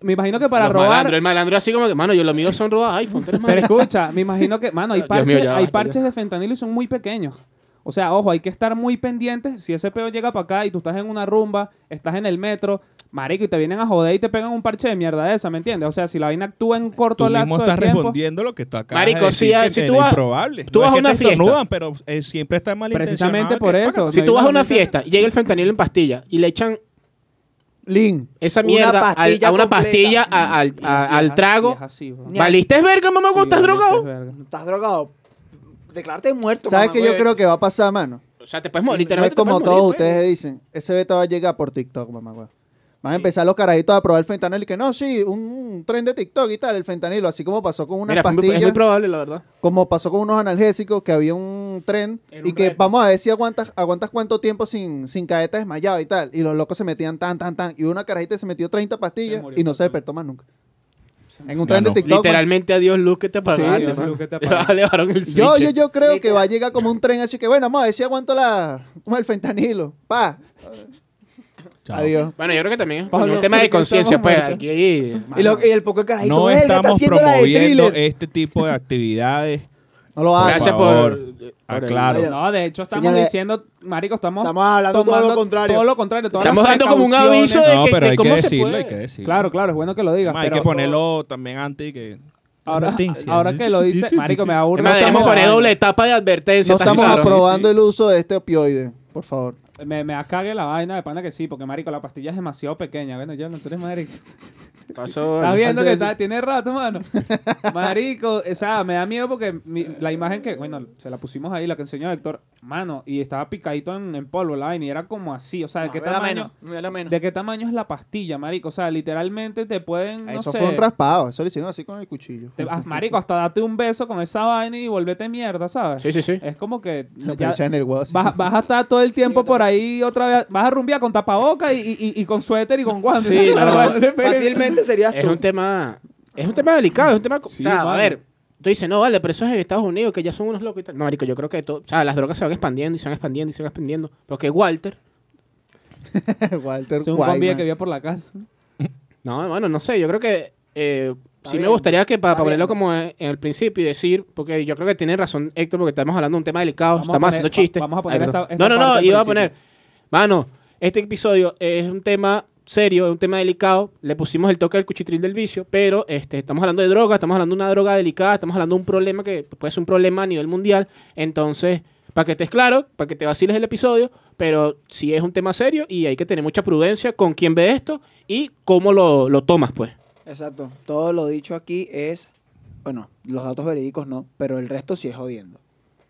S4: Me imagino que para
S1: Los
S4: robar...
S1: malandros, el malandro así como que, mano, yo lo mío son robados iPhone, tú eres
S4: Pero
S1: malandro.
S4: escucha, me imagino que, mano, hay
S1: Dios
S4: parches,
S1: mío, ya
S4: hay
S1: basta,
S4: parches
S1: ya.
S4: de fentanilo y son muy pequeños. O sea, ojo, hay que estar muy pendientes. Si ese peo llega para acá y tú estás en una rumba, estás en el metro, marico, y te vienen a joder y te pegan un parche de mierda esa, ¿me entiendes? O sea, si la vaina actúa en corto
S3: Tú
S4: lapso
S3: mismo
S4: de
S3: estás
S4: tiempo,
S3: respondiendo lo que tú acabas
S1: Marico,
S3: de
S1: si-
S3: decir. que
S1: si
S3: era
S1: tú vas-
S3: improbable.
S1: tú vas a
S3: No es que
S1: una
S3: te
S1: fiesta.
S3: estornudan, pero eh, siempre está malintencionado. pues,
S4: Precisamente
S3: que,
S4: por
S3: "Paga,
S4: eso.
S1: Si
S4: me
S1: tú vas a
S4: vino
S1: una
S4: gente-
S1: fiesta y llega el fentanilo en pastilla y le echan
S5: Lin.
S1: esa
S2: Una
S1: mierda al-
S2: pastilla
S1: a una
S2: completa.
S1: pastilla a- al,
S4: Y-
S1: a-
S4: y
S1: al
S4: es- y
S1: trago,
S4: es así, bro.
S2: Ni-
S1: valiste verga, mamá,
S4: Sí,
S1: estás
S4: es
S1: drogado.
S4: verga.
S2: Estás drogado. Declárate muerto.
S5: ¿Sabes
S2: mamá,
S5: qué yo
S2: güey?
S5: creo que va a pasar, mano?
S1: O sea, te puedes morir,
S5: No es
S1: literalmente. te
S5: como
S1: puedes morir,
S5: todos
S1: pues.
S5: ustedes dicen. Ese beta va a llegar por TikTok, mamá. huevo. Van a empezar los carajitos a probar el fentanilo y que no, sí, un, un tren de TikTok y tal, el fentanilo, así como pasó con una
S1: Mira, fue muy-
S5: pastilla.
S1: es muy probable, la verdad.
S5: como pasó con unos analgésicos, que había un tren
S1: Era
S5: y
S1: un
S5: que
S1: reto.
S5: vamos a ver si aguantas, aguantas cuánto tiempo sin, sin caerte desmayado y tal. Y los locos se metían tan, tan, tan. Y una carajita se metió 30 pastillas
S1: murió
S5: y no se despertó más nunca. En un
S1: No,
S5: tren
S1: no.
S5: de TikTok.
S1: Literalmente, adiós, Luz, que te apagaste,
S5: adiós,
S1: man.
S5: Luz, que te
S1: Le bajaron el switch.
S5: Yo, yo, yo creo que va a llegar como un tren así que, bueno, vamos a ver si aguanto la, como el fentanilo. Pa. Adiós.
S1: Bueno, yo creo que también es
S5: Pablo,
S1: un tema de
S5: ¿por qué
S1: conciencia,
S5: estamos
S1: pues.
S5: muertos?
S1: Aquí, y,
S2: Y, lo- y el poco de carajito
S3: no
S2: "Verga, está
S3: estamos
S2: haciendo la de
S3: promoviendo
S2: thriller".
S3: este tipo de actividades. Ah,
S5: No lo
S3: hagas.
S1: Gracias por- por el-
S3: aclaro.
S4: No, de hecho estamos
S3: Señores,
S4: diciendo, marico, estamos,
S2: estamos hablando todo
S4: tomando
S2: lo contrario.
S4: Todo lo contrario. todas
S3: Estamos
S4: las
S3: dando como un aviso de
S4: precauciones.
S3: No, que- pero de hay que cómo se decirlo, puede. hay que decirlo.
S4: Claro, claro, es bueno que lo digas.
S3: Además, hay
S4: pero-
S3: que ponerlo también antes que...
S4: Ahora,
S3: Advertencia.
S4: ahora que lo dice, marico, me da
S1: Es
S4: burro.
S1: más, deberíamos poner doble etapa de advertencia.
S5: No
S1: ¿estás
S5: estamos
S1: claro?
S5: aprobando el uso de este opioide, por favor.
S4: Me, me cague la vaina de pana que sí, porque marico, la pastilla es demasiado pequeña. Bueno, yo no tú eres marico.
S1: Pasó.
S4: Estás viendo
S1: Entonces-
S4: que está, tiene rato, mano. Marico, o sea, me da miedo porque mi- la imagen que, bueno, se la pusimos ahí, la que enseñó Héctor, mano, y estaba picadito en, en polvo la vaina, y era como así, o sea, ¿de
S2: No,
S4: qué
S2: no era
S4: tamaño?
S2: menos, no era menos.
S4: ¿De qué tamaño es la pastilla, marico? O sea, literalmente te pueden, no
S5: Ah, Eso
S4: sé,
S5: fue un raspado, eso lo hicieron así con el cuchillo.
S4: te- ah, marico, hasta date un beso con esa vaina y volvete mierda, ¿sabes?
S5: Sí, sí, sí.
S4: Es como que
S5: Lo
S4: ya-
S5: echan en el huevo así.
S4: vas, vas a estar todo el tiempo por ahí otra vez, vas a rumbear con tapaboca y, y- y- y con suéter y con guantes.
S1: Sí, no.
S2: Fácilmente serías
S1: Es un tema, es un tema delicado, es un tema, co- o sea, a
S4: mano.
S1: ver, tú dices, no, vale, pero eso es en Estados Unidos, que ya son unos locos y tal. No, marico, yo creo que todo, o sea, las drogas se van expandiendo y se van expandiendo y se van expandiendo, porque Walter,
S5: Walter
S4: un
S1: Guay,
S4: combi
S1: man.
S4: que había por la casa.
S1: no, bueno, no sé, yo creo que eh, sí me
S4: bien,
S1: gustaría que para
S4: está
S1: ponerlo
S4: bien.
S1: como en, en el principio y decir, porque yo creo que tiene razón Héctor, porque estamos hablando de un tema delicado,
S4: Vamos a
S1: estamos
S4: poner-
S1: haciendo
S4: va-
S1: chistes.
S4: vamos a poner
S1: Ay,
S4: esta-
S1: perdón.
S4: esta
S1: no, no, no,
S4: parte al
S1: iba a
S4: principio.
S1: poner, mano, este episodio es un tema serio, es un tema delicado. Le pusimos el toque del cuchitril del vicio, pero este, estamos hablando de droga, estamos hablando de una droga delicada, estamos hablando de un problema que puede ser un problema a nivel mundial. Entonces, para que estés claro, para que te vaciles el episodio, pero sí es un tema serio y hay que tener mucha prudencia con quién ve esto y cómo lo, lo tomas, pues.
S2: Exacto. Todo lo dicho aquí es, bueno, los datos verídicos no, pero el resto sí es jodiendo.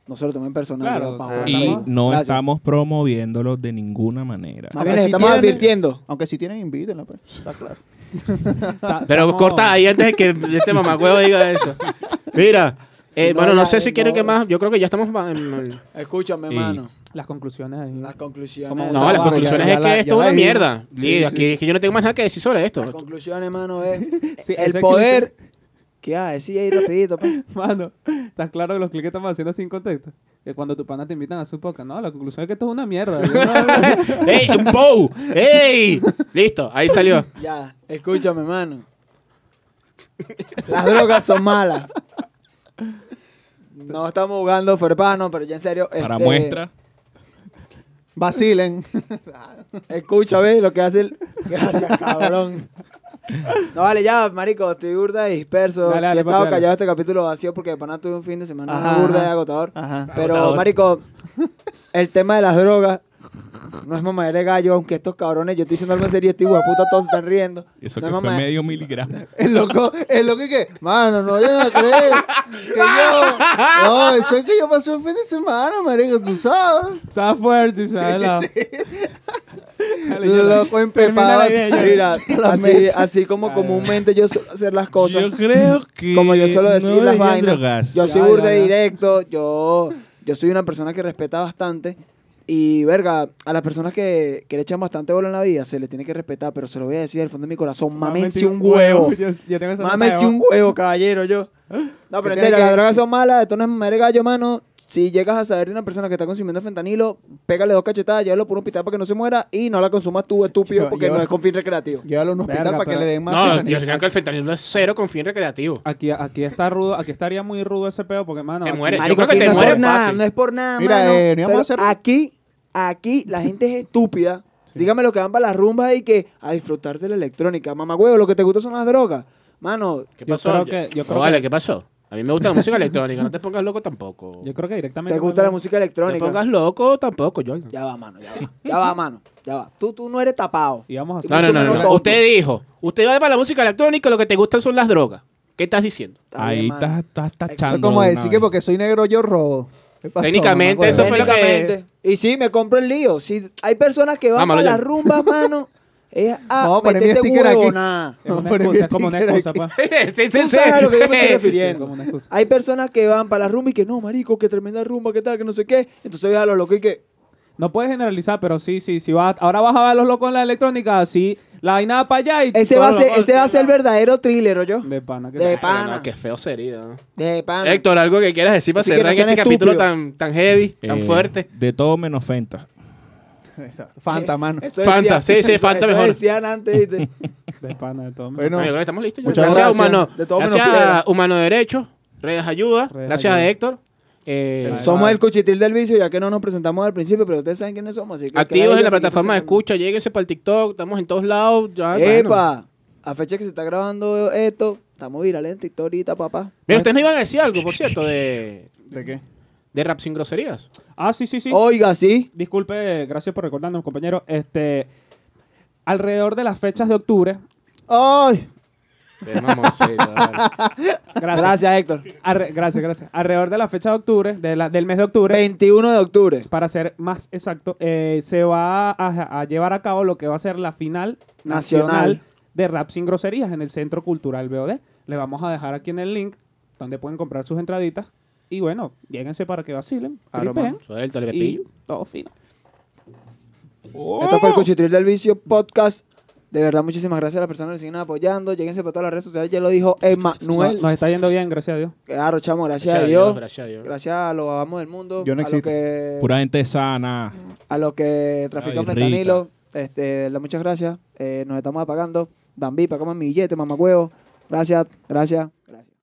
S2: No se lo tomen personal.
S4: Claro,
S2: ya, Paola.
S3: Y no
S2: Gracias.
S3: estamos promoviéndolo de ninguna manera.
S2: Más bien les estamos advirtiendo.
S5: Aunque si tienen, invítenla, pues. Está claro.
S1: Pero corta ahí antes de que este mamagüevo diga eso. Mira, eh,
S2: No,
S1: bueno, no
S2: ya,
S1: sé si
S2: no.
S1: quieren que más. Yo creo que ya estamos ma- en- en-
S2: Escúchame,
S1: Y-
S2: mano.
S4: Las conclusiones ahí. Las
S2: conclusiones.
S1: No, las conclusiones es que esto es una mierda. Y aquí es que yo no tengo más nada que decir sobre esto.
S2: Las conclusiones, mano, es
S4: Sí,
S2: el
S4: ese
S2: poder. ¿Qué haces? Sí, ahí rapidito. pa.
S4: Mano, ¿estás claro de los clics que estamos haciendo sin contexto? Que cuando tu pana te invitan a su podcast, no, la conclusión es que esto es una mierda.
S1: ¡Ey, un bow! ¡Ey! Listo, ahí salió.
S2: Ya, escúchame, mano. Las drogas son malas. No estamos jugando Ferpano, pero ya en serio.
S3: Para
S2: este,
S3: muestra.
S5: Vacilen.
S2: Escucha, ve lo que hace el. Gracias, cabrón. No, vale, ya, marico, estoy burda y disperso.
S5: Dale,
S2: Sí he
S5: dale,
S2: estado
S5: papi, dale.
S2: callado este capítulo vacío porque de pana tuve un fin de semana
S5: Ajá,
S2: burda y
S5: ajá.
S2: agotador.
S5: Ajá.
S2: Pero,
S5: Agotador.
S2: marico, el tema de las drogas no es mamadera de gallo, aunque estos cabrones, yo estoy diciendo algo en serio, estos hijos de puta todos están riendo. no
S3: Eso que
S2: es
S3: fue
S2: mamadera.
S3: medio miligramo.
S5: El loco, el loco que, mano, no vayan a creer que yo, no, eso es que yo pasé un fin de semana, marico, tú sabes.
S4: Está fuerte, ¿sabes? La-
S5: El loco empepado.
S2: Mira, así, así como comúnmente yo suelo hacer las cosas. Yo creo
S3: que
S2: Como yo suelo
S3: no
S2: decir las
S3: deberían
S2: vainas.
S3: drogarse.
S2: Yo soy
S3: Ya,
S2: burde
S3: ya, ya.
S2: directo. Yo, yo soy una persona que respeta bastante. Y, verga, a las personas que, que le echan bastante bola en la vida se les tiene que respetar, pero se lo voy a decir del fondo de mi corazón. Mámense un huevo.
S4: Yo, yo tengo esa nota de
S2: Mámense
S4: voz.
S2: un huevo, caballero, yo. No, pero en
S4: tiene
S2: serio,
S4: que-
S2: las drogas son malas, esto no es mamadera de gallo, mano. Si llegas a saber de una persona que está consumiendo fentanilo, pégale dos cachetadas, llévalo por un hospital para que no se muera y no la consumas tú, estúpido,
S5: Yo-
S2: porque
S5: yo-
S2: no es con fin recreativo.
S5: Llévalo a un hospital
S4: Verga,
S5: para que
S4: pero-
S5: le den más.
S1: No,
S5: fentanilo.
S1: yo creo que el fentanilo es cero con fin recreativo.
S4: Aquí, aquí está rudo, aquí estaría muy rudo ese pedo porque, mano.
S1: Te
S4: aquí-
S1: mueres, yo
S2: Marico,
S1: creo que
S2: aquí
S1: te
S2: no es
S1: mueres
S2: por nada,
S1: fácil.
S2: no es por nada,
S5: Mira,
S2: mano,
S5: eh, no íbamos
S2: pero
S5: a hacer-
S2: aquí, aquí la gente es estúpida. Dígame lo que van para las rumbas y que a disfrutar de la electrónica. Mamá, huevo, lo que te gusta son las drogas. Mano,
S1: ¿Qué
S4: Yo
S1: pasó?
S4: creo que- yo
S1: No,
S4: creo
S1: vale,
S4: que-
S1: ¿qué pasó? A mí me gusta la música electrónica, no te pongas loco tampoco.
S4: Yo creo que directamente.
S2: ¿te gusta la música
S1: No te
S2: electrónica?
S1: pongas loco tampoco, Jordan.
S2: Ya va, mano, ya va. Ya va, mano, ya va. Tú, tú no eres tapado.
S4: Y vamos a hacer-
S1: No, no, no, no, no.
S2: Tonto.
S1: Usted dijo, usted va para la música electrónica, lo que te gustan son las drogas. ¿Qué estás diciendo?
S3: Ahí estás estás
S5: Eso es
S3: tachando.
S5: como
S3: de
S5: decir
S3: una
S5: que
S3: vez.
S5: porque soy negro yo robo. ¿Qué pasó,
S1: Técnicamente,
S5: mamá,
S1: eso fue lo que-
S2: Técnicamente. Y sí, me compro el lío. Si hay personas que van
S1: Mámalo
S2: a
S1: ya.
S2: las rumbas, mano, Es a
S5: Vamos a poner mi
S2: meterse
S5: sticker aquí.
S2: huevonada.
S5: Vamos a poner mi
S4: excusa, es como una
S5: sticker
S4: excusa,
S5: aquí.
S4: pa.
S2: Sí,
S4: sí,
S2: Tú
S4: sí.
S2: sabes a lo que yo me
S4: Sí, sí,
S2: estoy
S4: sí, como una
S2: refiriendo.
S4: excusa.
S2: Hay personas que van para la rumba y que no, marico, qué tremenda rumba, qué tal, que no sé qué. Entonces ves a los locos y que.
S4: No puedes generalizar, pero sí, sí, sí. vas- ahora vas a ver los locos en la electrónica, así, la vaina para allá y...
S2: Ese va a
S4: todos
S2: ser,
S4: los-
S2: ese va a ser el verdadero thriller, yo.
S4: De pana. que-
S2: De
S4: Ay,
S1: Ay,
S2: pana.
S1: no, qué feo sería. ¿no?
S2: De pana.
S1: Héctor, algo que quieras decir para
S2: Así que
S1: cerrar
S2: no
S1: en
S2: sean
S1: este capítulo
S2: estúpidos.
S1: tan, tan heavy, tan
S3: Eh,
S1: fuerte.
S3: De todo menos Fenta.
S5: Exacto. Fanta, mano.
S2: Eh, Eso
S1: Fanta, sí, sí,
S2: eso-
S1: Fanta
S2: eso
S1: mejor.
S2: decían antes, ¿viste?
S4: De pana, de todo.
S5: Bueno,
S1: No, yo creo que estamos listos. ya.
S5: muchas
S1: Gracias,
S5: gracias.
S1: humano.
S2: De todo menos
S1: gracias,
S2: piedra.
S1: humano derecho. Redes ayuda.
S4: Redes
S1: gracias
S4: Ayuda.
S1: a Héctor. Eh,
S4: Gracias.
S2: Somos el cuchitril del vicio, ya que no nos presentamos al principio, pero ustedes saben quiénes somos. Así que
S1: activos en la
S2: quédate,
S1: plataforma de
S2: seguir
S1: escucha. Lléguense para el TikTok. Estamos en todos lados. Ya, bueno.
S2: Epa, a fecha que se está grabando esto, estamos virales en TikTok ahorita, papá.
S1: Mira, ustedes no iban a decir algo, por cierto, de,
S5: ¿De qué?
S1: de rap sin groserías.
S4: Ah, sí, sí, sí.
S2: Oiga, sí.
S4: Disculpe, gracias por recordarnos, compañero. Este, alrededor de las fechas de octubre,
S5: ¡Ay!
S1: De mamoncito, vale.
S4: gracias,
S2: Gracias, Héctor.
S4: Arre- gracias, gracias. Alrededor de la fecha de octubre, de la- del mes de octubre,
S2: 21 de octubre.
S4: para ser más exacto, eh, se va a, a llevar a cabo lo que va a ser la final
S2: Nacional.
S4: nacional, de Rap Sin Groserías en el Centro Cultural BOD. Le vamos a dejar aquí en el link donde pueden comprar sus entraditas. Y bueno, lléguense para que vacilen,
S2: Claro,
S4: tripeen,
S2: mano.
S1: Suéltale,
S4: y
S1: Pepillo.
S4: todo fino.
S2: Esto fue
S5: ¡Oh!
S2: el Cuchitril del Vicio podcast. De verdad, muchísimas gracias a las personas que siguen apoyando. Lléguense para todas las redes sociales, ya lo dijo Emanuel.
S4: Nos, nos está yendo bien, gracias a Dios.
S2: Claro, chamo, gracias, a Dios.
S1: Gracias a Dios.
S2: Gracias a los amos del mundo.
S5: Yo no
S2: a los
S5: existo.
S2: que
S3: Pura gente sana.
S2: a los que trafican
S3: Ay,
S2: fentanilo. Este, de verdad, muchas gracias. Eh, nos estamos apagando. Dan Vipa, coman mi billete, mamagüevo. Gracias, gracias, gracias.